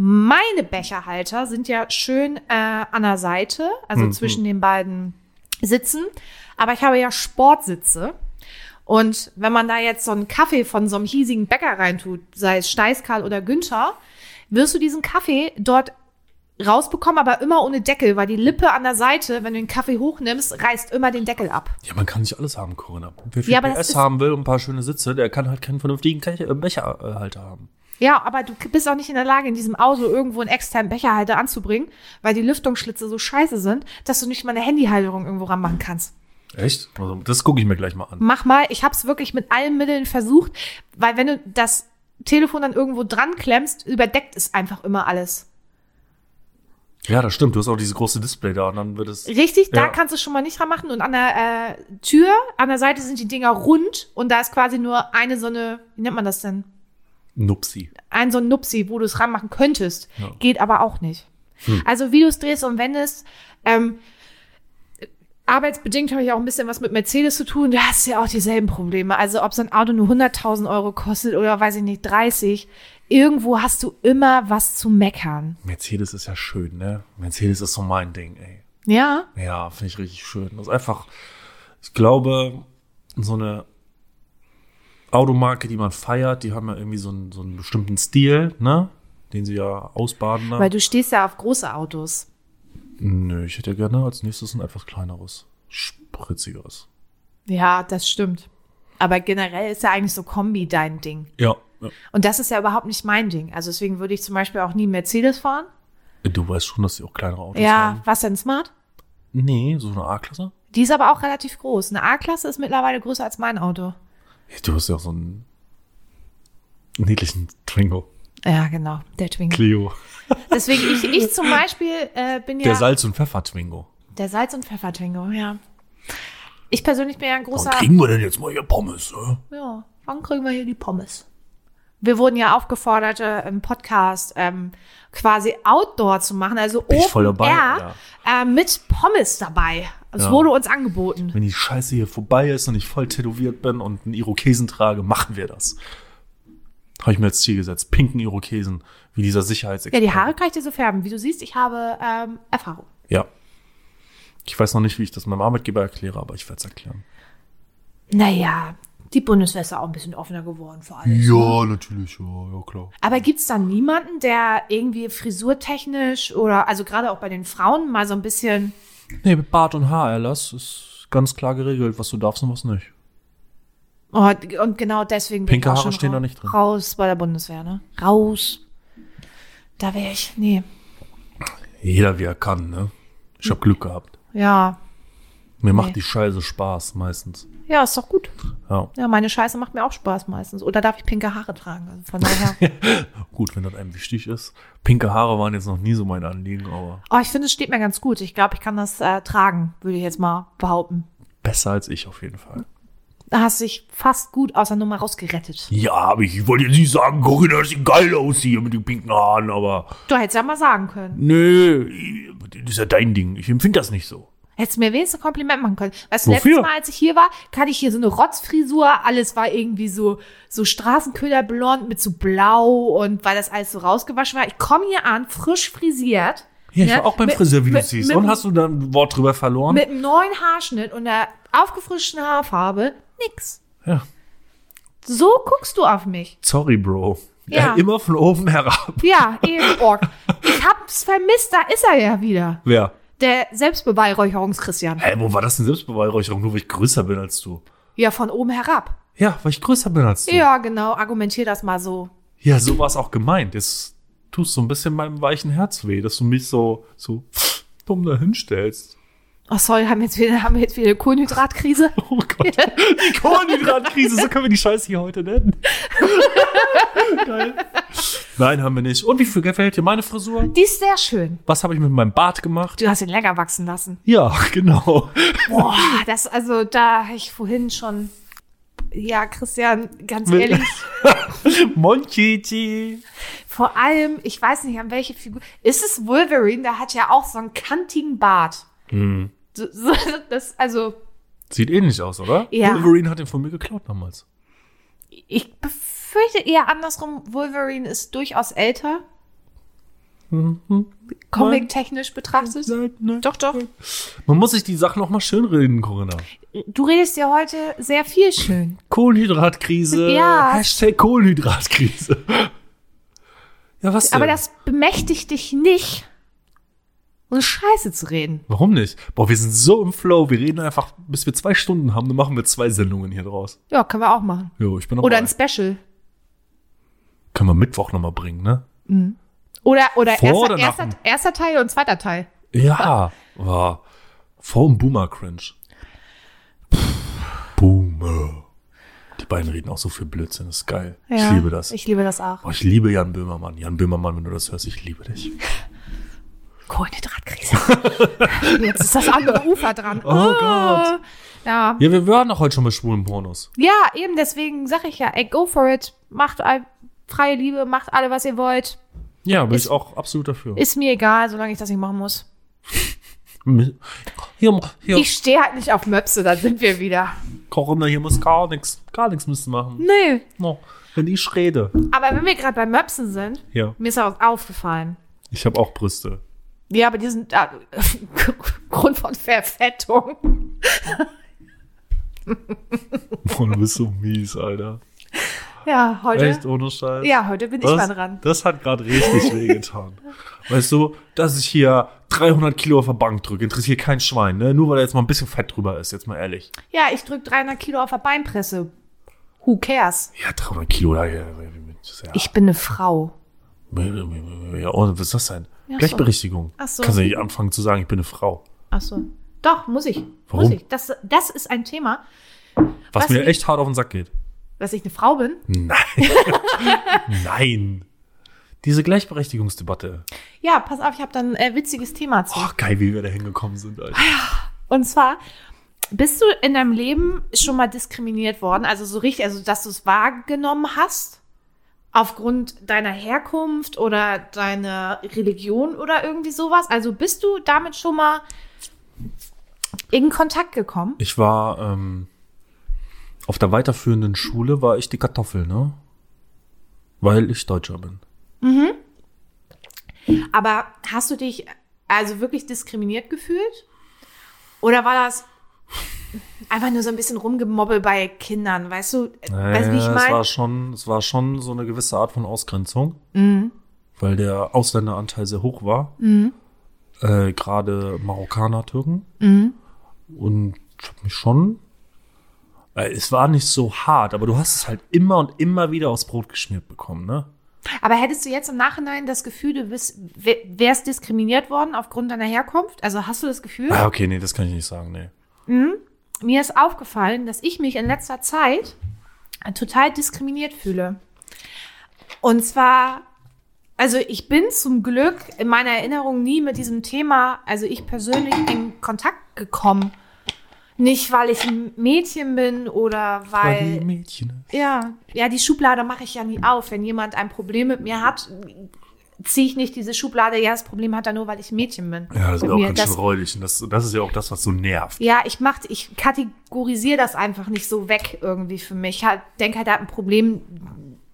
Speaker 1: Meine Becherhalter sind ja schön äh, an der Seite, also zwischen den beiden Sitzen. Aber ich habe ja Sportsitze. Und wenn man da jetzt so einen Kaffee von so einem hiesigen Bäcker reintut, sei es Steißkarl oder Günther, wirst du diesen Kaffee dort rausbekommen, aber immer ohne Deckel, weil die Lippe an der Seite, wenn du den Kaffee hochnimmst, reißt immer den Deckel ab.
Speaker 2: Ja, man kann nicht alles haben, Corinna. Wer viel
Speaker 1: Ja, aber das
Speaker 2: PS
Speaker 1: ist-
Speaker 2: haben will und ein paar schöne Sitze, der kann halt keinen vernünftigen Ke- äh, Becherhalter haben.
Speaker 1: Ja, aber du bist auch nicht in der Lage, in diesem Auto irgendwo einen externen Becherhalter anzubringen, weil die Lüftungsschlitze so scheiße sind, dass du nicht mal eine Handyhalterung irgendwo ranmachen kannst.
Speaker 2: Echt? Also, das gucke ich mir gleich mal an.
Speaker 1: mach mal, ich hab's wirklich mit allen Mitteln versucht, weil wenn du das Telefon dann irgendwo dran klemmst, überdeckt es einfach immer alles.
Speaker 2: Ja, das stimmt. Du hast auch dieses große Display da und dann wird es.
Speaker 1: Richtig, da
Speaker 2: Ja.
Speaker 1: kannst du schon mal nicht dran machen und an der äh, Tür, an der Seite sind die Dinger rund und da ist quasi nur eine so eine, wie nennt man das denn?
Speaker 2: Nupsi.
Speaker 1: Ein so ein Nupsi, wo du es ranmachen könntest.
Speaker 2: Ja. Hm.
Speaker 1: Geht aber auch nicht. Also wie du es drehst und wendest, ähm, Arbeitsbedingt habe ich auch ein bisschen was mit Mercedes zu tun. Da hast du ja auch dieselben Probleme. Also ob so ein Auto nur 100.000 Euro kostet oder weiß ich nicht, 30. Irgendwo hast du immer was zu meckern.
Speaker 2: Mercedes ist ja schön, ne? Mercedes ist so mein Ding, ey.
Speaker 1: Ja,
Speaker 2: Ja, finde ich richtig schön. Das ist einfach, ich glaube, so eine Automarke, die man feiert, die haben ja irgendwie so einen, so einen bestimmten Stil, ne? Den sie ja ausbaden.
Speaker 1: weil
Speaker 2: Ne?
Speaker 1: du stehst ja auf große Autos.
Speaker 2: Nö, ich hätte gerne als nächstes ein etwas kleineres, spritzigeres.
Speaker 1: Ja, das stimmt. Aber generell ist ja eigentlich so Kombi dein Ding.
Speaker 2: Ja. ja.
Speaker 1: Und das ist ja überhaupt nicht mein Ding. Also deswegen würde ich zum Beispiel auch nie einen Mercedes fahren.
Speaker 2: Du weißt schon, dass sie auch kleinere Autos
Speaker 1: Ja,
Speaker 2: haben.
Speaker 1: was denn smart?
Speaker 2: Nee, so eine A-Klasse.
Speaker 1: Die ist aber auch relativ groß. Eine A-Klasse ist mittlerweile größer als mein Auto.
Speaker 2: Du hast ja auch so einen niedlichen Twingo.
Speaker 1: Ja, genau, der Twingo.
Speaker 2: Clio.
Speaker 1: Deswegen, ich, ich zum Beispiel äh, bin ja
Speaker 2: Der Salz- und Pfeffer-Twingo.
Speaker 1: der Salz- und Pfeffer-Twingo, ja. Ich persönlich bin ja ein großer.
Speaker 2: Wann kriegen wir denn jetzt mal hier Pommes, ne?
Speaker 1: Ja, wann kriegen wir hier die Pommes? Wir wurden ja aufgefordert, äh, im Podcast ähm, quasi Outdoor zu machen, also
Speaker 2: Bin ich
Speaker 1: Open
Speaker 2: voll dabei,
Speaker 1: Air äh, mit Pommes dabei. Es
Speaker 2: Ja.
Speaker 1: wurde uns angeboten.
Speaker 2: Wenn die Scheiße hier vorbei ist und ich voll tätowiert bin und einen Irokesen trage, machen wir das. Habe ich mir als Ziel gesetzt. Pinken Irokesen, wie dieser
Speaker 1: Ja,
Speaker 2: Sicherheitsexperte.
Speaker 1: die Haare kann ich dir so färben. Wie du siehst, ich habe ähm, Erfahrung.
Speaker 2: Ja. Ich weiß noch nicht, wie ich das meinem Arbeitgeber erkläre, aber ich werde es erklären.
Speaker 1: Naja, die Bundeswehr ist ja auch ein bisschen offener geworden vor allem.
Speaker 2: Ja, natürlich, ja, ja klar.
Speaker 1: Aber gibt's da niemanden, der irgendwie frisurtechnisch oder also gerade auch bei den Frauen mal so ein bisschen.
Speaker 2: Nee, mit Bart und Haarerlass ist ganz klar geregelt, was du darfst und was nicht.
Speaker 1: Oh, und genau deswegen bin
Speaker 2: Pinke
Speaker 1: ich auch
Speaker 2: Haare
Speaker 1: schon
Speaker 2: stehen
Speaker 1: raus,
Speaker 2: da nicht drin.
Speaker 1: Raus bei der Bundeswehr, ne? Raus. Da wäre ich. Nee.
Speaker 2: Jeder wie er kann, ne? Ich habe Glück gehabt.
Speaker 1: Ja.
Speaker 2: Mir
Speaker 1: Nee.
Speaker 2: macht die Scheiße Spaß meistens.
Speaker 1: Ja, ist doch gut.
Speaker 2: Ja.
Speaker 1: Ja, meine Scheiße macht mir auch Spaß meistens. Oder darf ich pinke Haare tragen? Also von daher.
Speaker 2: Gut, wenn das einem wichtig ist. Pinke Haare waren jetzt noch nie so mein Anliegen, aber
Speaker 1: oh, ich finde, es steht mir ganz gut. Ich glaube, ich kann das äh, tragen, würde ich jetzt mal behaupten.
Speaker 2: besser als ich auf jeden Fall.
Speaker 1: Da hast dich fast gut aus der Nummer rausgerettet.
Speaker 2: Ja, aber ich wollte jetzt nicht sagen, Corinna sieht geil aus hier mit den pinken Haaren, aber
Speaker 1: Du hättest ja mal sagen können.
Speaker 2: nee, das ist ja dein Ding. Ich empfinde das nicht so.
Speaker 1: Hättest du mir wenigstens ein Kompliment machen können. Weißt du,
Speaker 2: Wofür?
Speaker 1: letztes Mal, als ich hier war, hatte ich hier so eine Rotzfrisur. Alles war irgendwie so, so Straßenköderblond mit so blau und weil das alles so rausgewaschen war. Ich komme hier an, frisch frisiert.
Speaker 2: Ja, ich
Speaker 1: ne?
Speaker 2: war auch beim
Speaker 1: Mit-
Speaker 2: Friseur, wie du
Speaker 1: mit-
Speaker 2: siehst.
Speaker 1: mit-
Speaker 2: Und hast du da ein Wort drüber verloren?
Speaker 1: Mit einem neuen Haarschnitt und einer aufgefrischten Haarfarbe. Nix.
Speaker 2: Ja.
Speaker 1: So guckst du auf mich.
Speaker 2: Sorry, Bro.
Speaker 1: Ja.
Speaker 2: Ja. immer von oben herab.
Speaker 1: Ja, eben. Org. Ich hab's vermisst, da ist er ja wieder.
Speaker 2: Wer?
Speaker 1: Der Selbstbeweihräucherungs-Christian.
Speaker 2: Hä, wo war das denn Selbstbeweihräucherung? Nur weil ich größer bin als du.
Speaker 1: Ja, von oben herab.
Speaker 2: Ja, weil ich größer bin als du.
Speaker 1: Ja, genau. Argumentier das mal so.
Speaker 2: Ja, so war es auch gemeint. Jetzt tust du ein bisschen meinem weichen Herz weh, dass du mich so, so dumm dahinstellst.
Speaker 1: Oh, sorry, haben wir jetzt wieder, haben wir jetzt wieder eine Kohlenhydratkrise?
Speaker 2: Oh Gott. Die Kohlenhydratkrise, so können wir die Scheiße hier heute nennen. Geil. Nein, haben wir nicht. Und wie viel gefällt dir meine Frisur?
Speaker 1: Die ist sehr schön.
Speaker 2: Was habe ich mit meinem Bart gemacht?
Speaker 1: Du hast ihn länger wachsen lassen.
Speaker 2: Ja, genau.
Speaker 1: Boah, das, also da hab ich vorhin schon. Ja, Christian, ganz
Speaker 2: Will-
Speaker 1: ehrlich,
Speaker 2: Monchichi.
Speaker 1: vor allem, ich weiß nicht, an welche Figur. Ist es Wolverine? Der hat ja auch so einen kantigen Bart. So, so, das, also,
Speaker 2: Sieht ähnlich aus, oder?
Speaker 1: Ja.
Speaker 2: Wolverine hat den von mir geklaut damals.
Speaker 1: ich befürchte eher andersrum, Wolverine ist durchaus älter. Comic-technisch betrachtet. Doch, doch.
Speaker 2: ne? Man muss sich die Sachen auch mal schön reden, Corinna.
Speaker 1: Du redest ja heute sehr viel schön.
Speaker 2: Kohlenhydratkrise.
Speaker 1: Ja.
Speaker 2: Hashtag Kohlenhydratkrise. Ja, was denn?
Speaker 1: Aber das bemächtigt dich nicht, so Scheiße zu reden.
Speaker 2: Warum nicht? Boah, wir sind so im Flow. Wir reden einfach, bis wir zwei Stunden haben, dann machen wir zwei Sendungen hier draus.
Speaker 1: Ja, können wir auch machen.
Speaker 2: Jo, ich bin
Speaker 1: Oder
Speaker 2: dabei.
Speaker 1: ein Special.
Speaker 2: Können wir Mittwoch nochmal bringen, ne?
Speaker 1: Oder, oder,
Speaker 2: Vor
Speaker 1: erster,
Speaker 2: oder nach
Speaker 1: erster, erster Teil und zweiter Teil.
Speaker 2: Ja. Boah. Vor dem Boomer Cringe. Boomer. Die beiden reden auch so viel Blödsinn, das ist geil. ich liebe das.
Speaker 1: Ich liebe das auch.
Speaker 2: Boah, ich liebe Jan Böhmermann. Jan Böhmermann, wenn du das hörst, ich liebe dich.
Speaker 1: Kohlenhydratkrise. Jetzt ist das andere Ufer dran. Oh
Speaker 2: Gott.
Speaker 1: Ja.
Speaker 2: Ja, wir hören auch heute schon mit schwulen Pornos.
Speaker 1: ja, eben deswegen sage ich ja, ey, go for it. Macht all- freie Liebe, macht alle, was ihr wollt.
Speaker 2: Ja, bin
Speaker 1: Ist-
Speaker 2: ich auch absolut dafür.
Speaker 1: Ist mir egal, solange ich das nicht machen muss.
Speaker 2: Hier, hier,
Speaker 1: Ich stehe halt nicht auf Möpse, da sind wir wieder.
Speaker 2: Corinna, hier muss gar nichts, gar nichts müssen machen.
Speaker 1: Nee.
Speaker 2: No, wenn ich rede.
Speaker 1: Aber wenn wir gerade bei Möpsen sind,
Speaker 2: Ja,
Speaker 1: mir ist auch was aufgefallen.
Speaker 2: ich habe auch Brüste.
Speaker 1: Ja, aber die sind äh, Grund von Verfettung.
Speaker 2: Boah, du bist so mies, Alter.
Speaker 1: Ja, heute.
Speaker 2: Echt, ohne Scheiß.
Speaker 1: Ja, heute bin ich
Speaker 2: das,
Speaker 1: mal dran.
Speaker 2: Das hat gerade richtig wehgetan. Weißt du, dass ich hier 300 Kilo auf der Bank drücke, interessiert kein Schwein, ne? Nur weil da jetzt mal ein bisschen Fett drüber ist, jetzt mal ehrlich.
Speaker 1: Ja, ich drück 300 Kilo auf der Beinpresse. Who cares?
Speaker 2: Ja, 300 Kilo, da, ja, ja, ja.
Speaker 1: Ich bin eine Frau.
Speaker 2: Ja, und was ist das denn?
Speaker 1: Ja, so.
Speaker 2: Gleichberechtigung.
Speaker 1: Ach so.
Speaker 2: Kannst du nicht anfangen zu sagen, ich bin eine Frau.
Speaker 1: Ach so. Doch, muss ich. Muss
Speaker 2: Warum?
Speaker 1: ich. Das, das ist ein Thema,
Speaker 2: Was,
Speaker 1: Was
Speaker 2: mir
Speaker 1: ich-
Speaker 2: echt hart auf den Sack geht.
Speaker 1: dass ich eine Frau bin.
Speaker 2: Nein. Nein. Diese Gleichberechtigungsdebatte.
Speaker 1: Ja, pass auf, ich habe da ein äh, witziges Thema zu.
Speaker 2: Oh, geil, wie wir da hingekommen sind, Alter.
Speaker 1: Und zwar, bist du in deinem Leben schon mal diskriminiert worden? Also so richtig, also dass du es wahrgenommen hast? aufgrund deiner Herkunft oder deiner Religion oder irgendwie sowas? Also bist du damit schon mal in Kontakt gekommen?
Speaker 2: Ich war ähm, auf der weiterführenden Schule war ich die Kartoffel, ne? Weil ich Deutscher bin.
Speaker 1: Aber hast du dich also wirklich diskriminiert gefühlt? Oder war das einfach nur so ein bisschen rumgemobbel bei Kindern? Weißt du, weißt du, wie ich
Speaker 2: Naja, es
Speaker 1: meine?
Speaker 2: war schon, es war schon so eine gewisse Art von Ausgrenzung,
Speaker 1: Mhm.
Speaker 2: weil der Ausländeranteil sehr hoch war. Äh, Gerade Marokkaner, Türken.
Speaker 1: Mhm.
Speaker 2: Und ich hab mich schon. Äh, es war nicht so hart, aber du hast es halt immer und immer wieder aufs Brot geschmiert bekommen, ne?
Speaker 1: Aber hättest du jetzt im Nachhinein das Gefühl, du bist, wär- wärst diskriminiert worden aufgrund deiner Herkunft? Also hast du das Gefühl?
Speaker 2: Ah, okay, nee, das kann ich nicht sagen, nee.
Speaker 1: Mir ist aufgefallen, dass ich mich in letzter Zeit total diskriminiert fühle. Und zwar, also ich bin zum Glück in meiner Erinnerung nie mit diesem Thema, also ich persönlich in Kontakt gekommen. Nicht, weil ich ein Mädchen bin oder
Speaker 2: Weil
Speaker 1: weil
Speaker 2: die Mädchen.
Speaker 1: ja, ja, die Schublade mache ich ja nie auf. Wenn jemand ein Problem mit mir hat, ziehe ich nicht diese Schublade, ja, das Problem hat er nur, weil ich ein Mädchen bin.
Speaker 2: Ja, das ist
Speaker 1: Mit
Speaker 2: ja auch
Speaker 1: mir.
Speaker 2: ganz schön räudig. Und das, das ist ja auch das, was so nervt.
Speaker 1: Ja, ich mach, ich kategorisiere das einfach nicht so weg irgendwie für mich. Ich halt, denke halt, er hat ein Problem,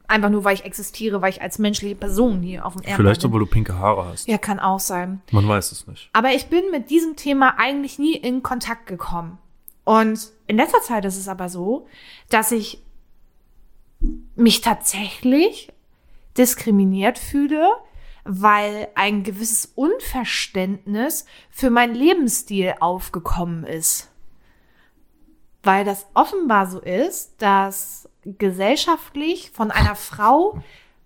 Speaker 1: einfach nur, weil ich existiere, weil ich als menschliche Person hier auf dem Erdball
Speaker 2: Vielleicht,
Speaker 1: bin.
Speaker 2: obwohl du pinke Haare hast.
Speaker 1: Ja, kann auch sein.
Speaker 2: Man weiß es nicht.
Speaker 1: Aber ich bin mit diesem Thema eigentlich nie in Kontakt gekommen. Und in letzter Zeit ist es aber so, dass ich mich tatsächlich diskriminiert fühle, weil ein gewisses Unverständnis für meinen Lebensstil aufgekommen ist. Weil das offenbar so ist, dass gesellschaftlich von einer Frau.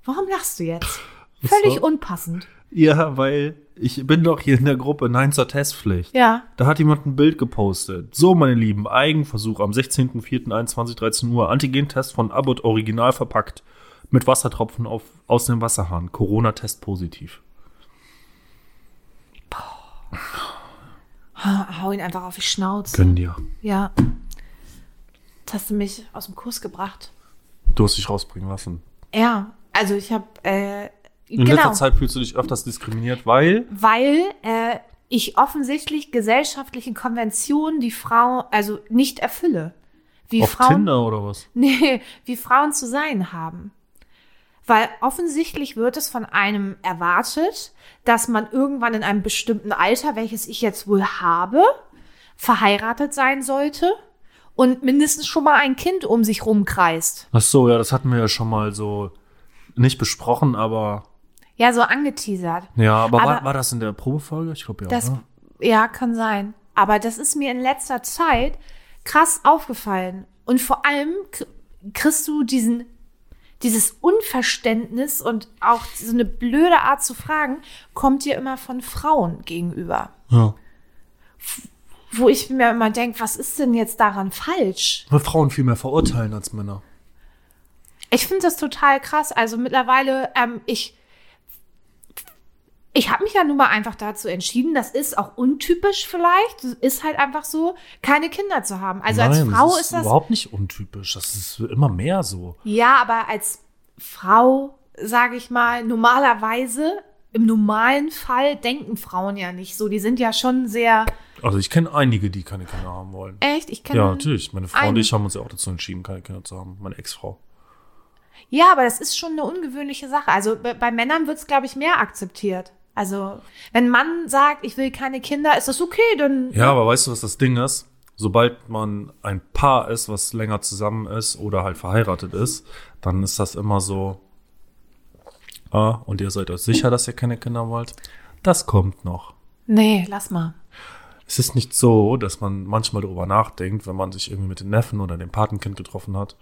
Speaker 1: Warum lachst du jetzt?
Speaker 2: Ist so.
Speaker 1: Völlig unpassend.
Speaker 2: Ja, weil ich bin doch hier in der Gruppe Nein zur Testpflicht.
Speaker 1: Ja.
Speaker 2: Da hat jemand ein Bild gepostet. So, meine Lieben, Eigenversuch am 16.04.21, 13 Uhr. Antigentest von Abbott original verpackt. Mit Wassertropfen auf, aus dem Wasserhahn. Corona-Test positiv.
Speaker 1: Ha- Hau ihn einfach auf die Schnauze.
Speaker 2: Gönn dir.
Speaker 1: Ja. Jetzt hast du mich aus dem Kurs gebracht.
Speaker 2: Du hast dich rausbringen lassen.
Speaker 1: Ja, also ich habe äh,
Speaker 2: In
Speaker 1: genau,
Speaker 2: letzter Zeit fühlst du dich öfters diskriminiert, weil
Speaker 1: weil äh, ich offensichtlich gesellschaftlichen Konventionen die Frau also nicht erfülle, wie
Speaker 2: auf
Speaker 1: Frauen
Speaker 2: Tinder oder was?
Speaker 1: nee, wie Frauen zu sein haben. Weil offensichtlich wird es von einem erwartet, dass man irgendwann in einem bestimmten Alter, welches ich jetzt wohl habe, verheiratet sein sollte und mindestens schon mal ein Kind um sich rumkreist.
Speaker 2: Ach so, ja, das hatten wir ja schon mal so nicht besprochen, aber
Speaker 1: Ja, so angeteasert.
Speaker 2: ja, aber, war,
Speaker 1: Aber-
Speaker 2: war das in der Probefolge? Ich glaube ja.
Speaker 1: Das,
Speaker 2: ne?
Speaker 1: ja, kann sein. Aber das ist mir in letzter Zeit krass aufgefallen. Und vor allem k- kriegst du diesen, dieses Unverständnis und auch so eine blöde Art zu fragen, kommt dir immer von Frauen gegenüber.
Speaker 2: Ja.
Speaker 1: Wo ich mir immer denke, was ist denn jetzt daran falsch?
Speaker 2: Weil Frauen viel mehr verurteilen als Männer.
Speaker 1: Ich finde das total krass. Also mittlerweile, ähm, ich, ich habe mich ja nun mal einfach dazu entschieden, das ist auch untypisch vielleicht, das ist halt einfach so, keine Kinder zu haben. Also als
Speaker 2: Nein,
Speaker 1: Frau
Speaker 2: das
Speaker 1: ist, das,
Speaker 2: überhaupt nicht untypisch. Das ist immer mehr so.
Speaker 1: ja, aber als Frau, sage ich mal, normalerweise, im normalen Fall denken Frauen ja nicht so. Die sind ja schon sehr,
Speaker 2: Also ich kenne einige, die keine Kinder haben wollen.
Speaker 1: echt, ich kenne
Speaker 2: Ja, natürlich. Meine Frau und
Speaker 1: Einige.
Speaker 2: ich haben uns ja auch dazu entschieden, keine Kinder zu haben. Meine Ex-Frau.
Speaker 1: Ja, aber das ist schon eine ungewöhnliche Sache. Also bei, bei Männern wird's, glaub glaube ich, mehr akzeptiert. Also, wenn ein Mann sagt, ich will keine Kinder, ist das okay, dann.
Speaker 2: Ja, aber weißt du, was das Ding ist? Sobald man ein Paar ist, was länger zusammen ist oder halt verheiratet ist, dann ist das immer so. Ah, und ihr seid euch sicher, dass ihr keine Kinder wollt? Das kommt noch.
Speaker 1: Nee, lass mal.
Speaker 2: Es ist nicht so, dass man manchmal darüber nachdenkt, wenn man sich irgendwie mit dem Neffen oder dem Patenkind getroffen hat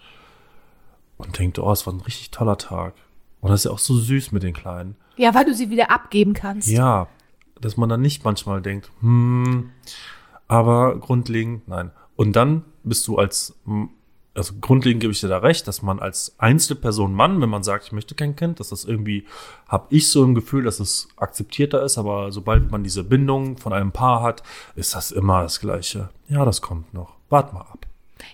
Speaker 2: und denkt, oh, es war ein richtig toller Tag. Und das ist ja auch so süß mit den Kleinen.
Speaker 1: Ja, weil du sie wieder abgeben kannst.
Speaker 2: Ja, dass man dann nicht manchmal denkt, hm, aber grundlegend, nein. Und dann bist du als, hm, also grundlegend gebe ich dir da recht, dass man als Einzelperson Mann, wenn man sagt, ich möchte kein Kind, dass das irgendwie, habe ich so im Gefühl, dass es akzeptierter ist, aber sobald man diese Bindung von einem Paar hat, ist das immer das Gleiche. Ja, das kommt noch. Wart mal ab.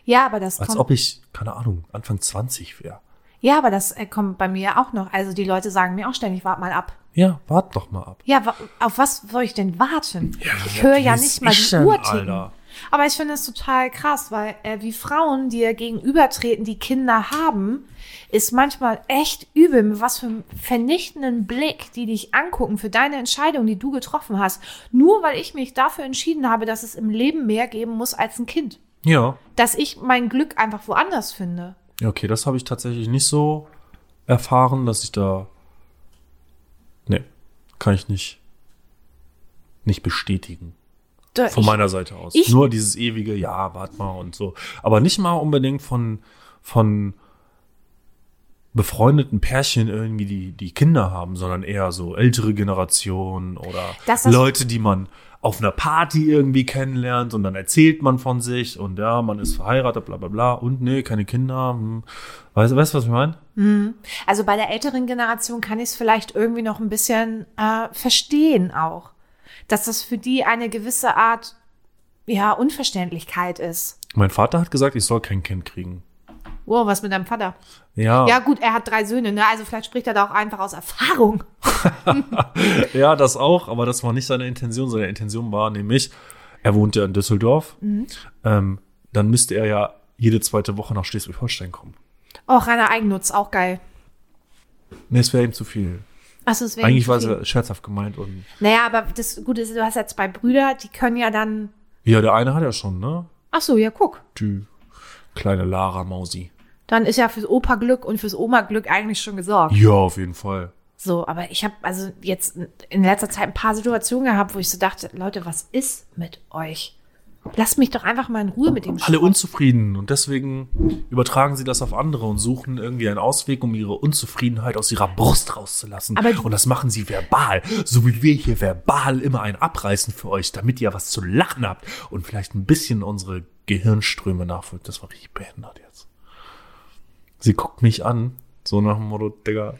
Speaker 1: Ja, aber das
Speaker 2: Als
Speaker 1: kommt.
Speaker 2: ob ich, keine Ahnung, Anfang 20 wäre.
Speaker 1: Ja, aber das äh, kommt bei mir auch noch. Also die Leute sagen mir auch ständig, wart mal ab.
Speaker 2: Ja, wart doch mal ab.
Speaker 1: Ja, wa auf was soll ich denn warten? ich höre ja
Speaker 2: weiß
Speaker 1: nicht mal
Speaker 2: ich
Speaker 1: die
Speaker 2: denn,
Speaker 1: Uhr ticken.
Speaker 2: Alter?
Speaker 1: Aber ich finde es total krass, weil äh, wie Frauen dir gegenübertreten, die Kinder haben, ist manchmal echt übel, mit was für einem vernichtenden Blick, die dich angucken für deine Entscheidung, die du getroffen hast. Nur weil ich mich dafür entschieden habe, dass es im Leben mehr geben muss als ein Kind.
Speaker 2: Ja.
Speaker 1: Dass ich mein Glück einfach woanders finde.
Speaker 2: Ja, okay, das habe ich tatsächlich nicht so erfahren, dass ich da. Nee, kann ich nicht. Nicht bestätigen.
Speaker 1: Da-
Speaker 2: Von
Speaker 1: ich-
Speaker 2: meiner Seite aus.
Speaker 1: ich-
Speaker 2: Nur dieses ewige, ja, wart mal und so. Aber nicht mal unbedingt von, von befreundeten Pärchen irgendwie, die, die Kinder haben, sondern eher so ältere Generationen oder
Speaker 1: Das ist-
Speaker 2: Leute, die man auf einer Party irgendwie kennenlernt und dann erzählt man von sich und ja, man ist verheiratet, bla bla bla und nee, keine Kinder. Hm. Weißt du, weißt, du, was ich meine?
Speaker 1: Also bei der älteren Generation kann ich es vielleicht irgendwie noch ein bisschen äh, verstehen auch, dass das für die eine gewisse Art ja Unverständlichkeit ist.
Speaker 2: Mein Vater hat gesagt, ich soll kein Kind kriegen.
Speaker 1: Wow, was mit deinem Vater?
Speaker 2: Ja,
Speaker 1: Ja
Speaker 2: ja.
Speaker 1: gut, er hat drei Söhne, ne? Also vielleicht spricht er da auch einfach aus Erfahrung.
Speaker 2: das auch, aber das war nicht seine Intention. Seine Intention war nämlich, er wohnt ja in Düsseldorf, ähm, dann müsste er ja jede zweite Woche nach Schleswig-Holstein kommen.
Speaker 1: Oh, reiner Eigennutz, auch geil.
Speaker 2: Nee, es wäre ihm zu viel.
Speaker 1: Also deswegen
Speaker 2: Eigentlich war
Speaker 1: okay.
Speaker 2: es scherzhaft gemeint und
Speaker 1: Naja, aber das Gute ist, du hast ja zwei Brüder, die können ja dann.
Speaker 2: ja, der eine hat ja schon, ne?
Speaker 1: Ach so, ja guck,
Speaker 2: Die kleine Lara Mausi.
Speaker 1: dann ist ja fürs Opa Glück und fürs Oma Glück eigentlich schon gesorgt.
Speaker 2: Ja, auf jeden Fall.
Speaker 1: So, aber ich habe also jetzt in letzter Zeit ein paar Situationen gehabt, wo ich so dachte, Leute, was ist mit euch? Lasst mich doch einfach mal in Ruhe mit dem
Speaker 2: Alle
Speaker 1: Schrott.
Speaker 2: unzufrieden und deswegen übertragen sie das auf andere und suchen irgendwie einen Ausweg, um ihre Unzufriedenheit aus ihrer Brust rauszulassen.
Speaker 1: Aber die-
Speaker 2: und das machen sie verbal, so wie wir hier verbal immer einen abreißen für euch, damit ihr was zu lachen habt und vielleicht ein bisschen unsere Gehirnströme nachfolgt. Das war richtig behindert jetzt. Sie guckt mich an, so nach dem Motto, Digga,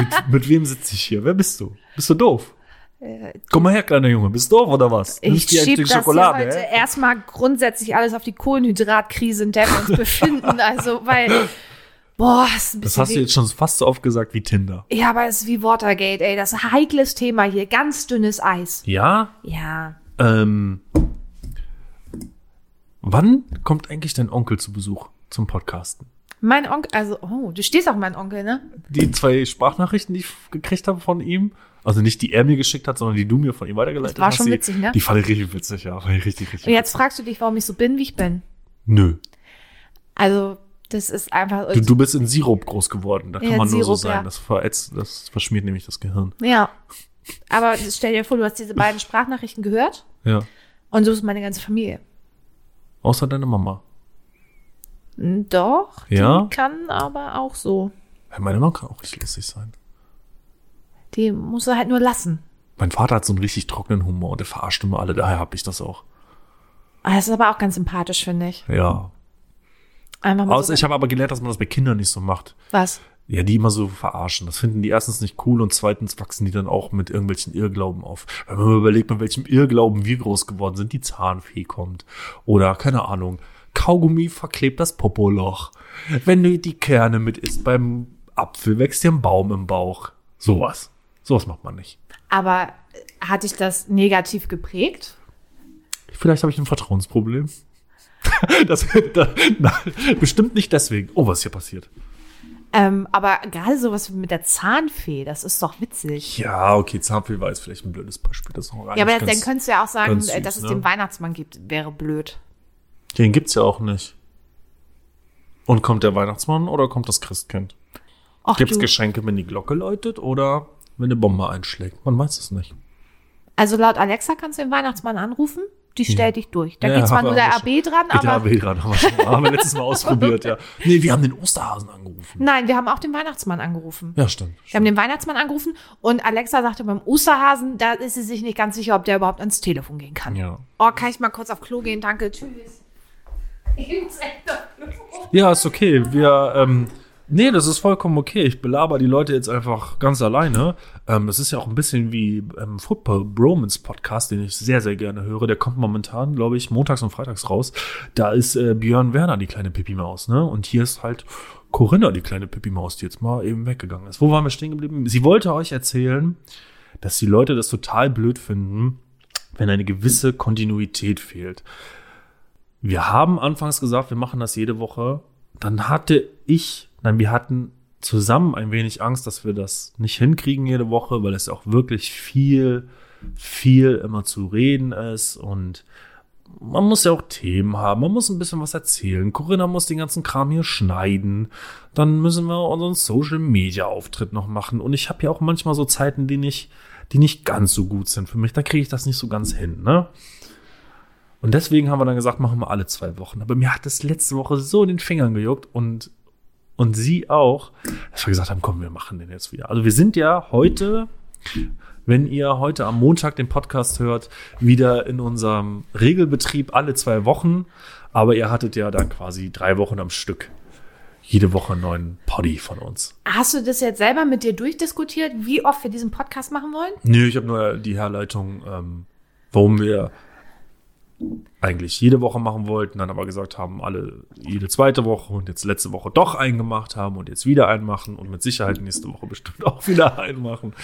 Speaker 2: mit, mit wem sitze ich hier? Wer bist du? Bist du doof? Komm mal her, kleiner Junge, bist du doof oder was?
Speaker 1: Äh, Ich
Speaker 2: Nimmst dir ein
Speaker 1: schieb
Speaker 2: Stück
Speaker 1: das
Speaker 2: Schokolade,
Speaker 1: hier heute
Speaker 2: hä?
Speaker 1: erstmal grundsätzlich alles auf die Kohlenhydratkrise, in der wir uns befinden. Also, weil, boah, ist ein bisschen
Speaker 2: Das hast du
Speaker 1: wie-
Speaker 2: jetzt schon fast so oft gesagt wie Tinder.
Speaker 1: Ja, aber es ist wie Watergate, ey. Das ist ein heikles Thema hier. Ganz dünnes Eis.
Speaker 2: Ja,
Speaker 1: Ja.
Speaker 2: ähm. Wann kommt eigentlich dein Onkel zu Besuch zum Podcasten?
Speaker 1: Mein Onkel, also, oh, du stehst auf meinen Onkel, ne?
Speaker 2: Die zwei Sprachnachrichten, die ich gekriegt habe von ihm, also nicht die er mir geschickt hat, sondern die du mir von ihm weitergeleitet
Speaker 1: Das war
Speaker 2: hast.
Speaker 1: schon
Speaker 2: die,
Speaker 1: witzig, ne?
Speaker 2: Die fand ich richtig witzig, ja. Fand ich richtig, richtig
Speaker 1: Und jetzt fragst du dich, warum ich so bin, wie ich bin.
Speaker 2: witzig. Nö.
Speaker 1: Also, das ist einfach.
Speaker 2: Du, du bist in Sirup groß geworden, da kann
Speaker 1: Ja,
Speaker 2: man nur so
Speaker 1: Sirup,
Speaker 2: sein.
Speaker 1: ja.
Speaker 2: Das, verätzt, das verschmiert nämlich das Gehirn.
Speaker 1: Ja. Aber stell dir vor, du hast diese beiden Sprachnachrichten gehört
Speaker 2: Ja.
Speaker 1: und so ist meine ganze Familie.
Speaker 2: Außer deine Mama.
Speaker 1: Hm, Doch,
Speaker 2: Ja?
Speaker 1: die kann aber auch so.
Speaker 2: Ja, Meine Mama kann auch richtig lustig sein.
Speaker 1: Die muss er halt nur lassen.
Speaker 2: Mein Vater hat so einen richtig trockenen Humor und der verarscht immer alle, daher habe ich das auch.
Speaker 1: Ah, Das ist aber auch ganz sympathisch, finde ich.
Speaker 2: Ja.
Speaker 1: Einfach mal
Speaker 2: Außer
Speaker 1: so
Speaker 2: ich habe aber gelernt, dass man das bei Kindern nicht so macht.
Speaker 1: was.
Speaker 2: Ja, die immer so verarschen. Das finden die erstens nicht cool und zweitens wachsen die dann auch mit irgendwelchen Irrglauben auf. Wenn man mal überlegt, mit welchem Irrglauben wir groß geworden sind, die Zahnfee kommt. Oder, keine Ahnung, Kaugummi verklebt das Popoloch. Wenn du die Kerne mit isst beim Apfel, wächst dir ein Baum im Bauch. Sowas. Sowas macht man nicht.
Speaker 1: Aber äh, hat dich das negativ geprägt?
Speaker 2: Vielleicht habe ich ein Vertrauensproblem. das, das, nein, bestimmt nicht deswegen. Oh, was ist hier passiert?
Speaker 1: Ähm, aber gerade sowas mit der Zahnfee, das ist doch witzig.
Speaker 2: Ja, okay, Zahnfee war jetzt vielleicht ein blödes Beispiel. Das ist noch
Speaker 1: Ja, aber
Speaker 2: eigentlich
Speaker 1: dann
Speaker 2: ganz-
Speaker 1: könntest du ja auch sagen,
Speaker 2: ganz süß,
Speaker 1: äh, dass es
Speaker 2: ne?
Speaker 1: den Weihnachtsmann gibt, wäre blöd.
Speaker 2: Den gibt's ja auch nicht. Und kommt der Weihnachtsmann oder kommt das Christkind?
Speaker 1: Och,
Speaker 2: Gibt's
Speaker 1: du.
Speaker 2: Geschenke, wenn die Glocke läutet oder wenn eine Bombe einschlägt? Man weiß es nicht.
Speaker 1: Also laut Alexa kannst du den Weihnachtsmann anrufen, die stellt dich durch. Da
Speaker 2: Ja,
Speaker 1: geht zwar
Speaker 2: aber
Speaker 1: nur der
Speaker 2: muss-
Speaker 1: AB dran,
Speaker 2: Geht der
Speaker 1: aber
Speaker 2: AB dran, haben wir, schon, haben wir letztes Mal ausprobiert, ja. Nee, wir haben den Osterhasen angerufen.
Speaker 1: nein, wir haben auch den Weihnachtsmann angerufen.
Speaker 2: Ja, stimmt.
Speaker 1: Wir haben den Weihnachtsmann angerufen und Alexa sagte beim Osterhasen, da ist sie sich nicht ganz sicher, ob der überhaupt ans Telefon gehen kann.
Speaker 2: Ja.
Speaker 1: Oh, kann ich mal kurz auf Klo gehen? Danke, tschüss. Ich muss echt auf Klo.
Speaker 2: ja, ist okay. Wir ähm, Nee, das ist vollkommen okay. Ich belaber die Leute jetzt einfach ganz alleine. Ähm, das ist ja auch ein bisschen wie ähm, Football Bromance Podcast, den ich sehr, sehr gerne höre. Der kommt momentan, glaube ich, montags und freitags raus. Da ist äh, Björn Werner die kleine Pippi-Maus, ne? Und hier ist halt Corinna die kleine Pippi-Maus, die jetzt mal eben weggegangen ist. Wo waren wir stehen geblieben? Sie wollte euch erzählen, dass die Leute das total blöd finden, wenn eine gewisse Kontinuität fehlt. Wir haben anfangs gesagt, wir machen das jede Woche. Dann hatte ich, nein, wir hatten zusammen ein wenig Angst, dass wir das nicht hinkriegen jede Woche, weil es auch wirklich viel, viel immer zu reden ist und man muss ja auch Themen haben, man muss ein bisschen was erzählen. Corinna muss den ganzen Kram hier schneiden. Dann müssen wir unseren Social Media Auftritt noch machen. Und ich habe ja auch manchmal so Zeiten, die nicht, die nicht ganz so gut sind für mich. Da kriege ich das nicht so ganz hin, ne? Und deswegen haben wir dann gesagt, machen wir alle zwei Wochen. Aber mir hat das letzte Woche so in den Fingern gejuckt und, und sie auch, dass wir gesagt haben, komm, wir machen den jetzt wieder. Also wir sind ja heute, wenn ihr heute am Montag den Podcast hört, wieder in unserem Regelbetrieb alle zwei Wochen. Aber ihr hattet ja dann quasi drei Wochen am Stück jede Woche einen neuen Poddy von uns.
Speaker 1: Hast du das jetzt selber mit dir durchdiskutiert, wie oft wir diesen Podcast machen wollen?
Speaker 2: Nö, ich habe nur die Herleitung, ähm, warum wir eigentlich jede Woche machen wollten, dann aber gesagt haben, alle jede zweite Woche und jetzt letzte Woche doch einen gemacht haben und jetzt wieder einen machen und mit Sicherheit nächste Woche bestimmt auch wieder einen machen.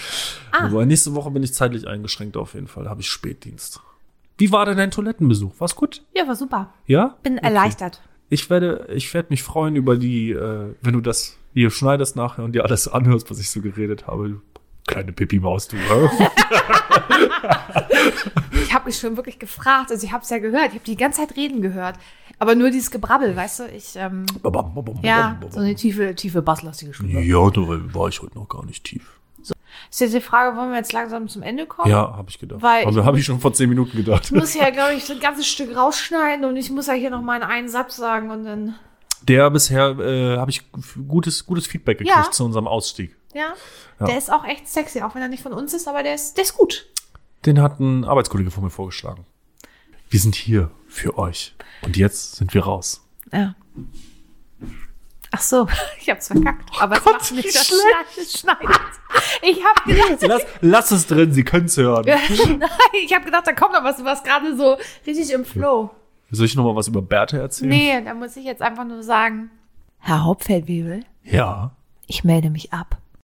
Speaker 1: Ah.
Speaker 2: Wobei nächste Woche bin ich zeitlich eingeschränkt auf jeden Fall, habe ich Spätdienst. Wie war denn dein Toilettenbesuch? War's gut?
Speaker 1: Ja, war super.
Speaker 2: Ja?
Speaker 1: Bin erleichtert.
Speaker 2: Ich werde, ich werde mich freuen über die, äh, wenn du das hier schneidest nachher und dir alles anhörst, was ich so geredet habe. Du Kleine Pippi-Maus, du. hä?
Speaker 1: Ich habe mich schon wirklich gefragt. Also ich habe es ja gehört. Ich habe die ganze Zeit reden gehört. Aber nur dieses Gebrabbel, weißt du? Ich, ähm, ja, so eine tiefe, tiefe basslastige Stimme.
Speaker 2: ja, da war ich heute noch gar nicht tief.
Speaker 1: Ist jetzt die Frage, wollen wir jetzt langsam zum Ende kommen?
Speaker 2: Ja, habe ich gedacht.
Speaker 1: Weil-
Speaker 2: also habe ich schon vor zehn Minuten gedacht.
Speaker 1: Ich muss ja, glaube ich, so ein ganzes Stück rausschneiden und ich muss ja hier noch mal einen Satz sagen und dann,
Speaker 2: Der bisher äh, habe ich f- gutes, gutes Feedback gekriegt
Speaker 1: Ja.
Speaker 2: zu unserem Ausstieg.
Speaker 1: ja.
Speaker 2: Ja.
Speaker 1: Der ist auch echt sexy, auch wenn er nicht von uns ist, aber der ist, der ist gut.
Speaker 2: Den hat ein Arbeitskollege von mir vorgeschlagen. Wir sind hier für euch. Und jetzt sind wir raus.
Speaker 1: Ja. Ach so, ich hab's verkackt. Oh Aber es macht nicht das Schneiden. Ich hab gedacht,
Speaker 2: Lass, lass es drin, sie können es hören.
Speaker 1: nein, ich hab gedacht, da kommt noch was, du warst gerade so richtig im Flow.
Speaker 2: Soll ich noch mal was über Berthe erzählen?
Speaker 1: Nee, da muss ich jetzt einfach nur sagen. Herr Hauptfeldwebel,
Speaker 2: Ja.
Speaker 1: ich melde mich ab.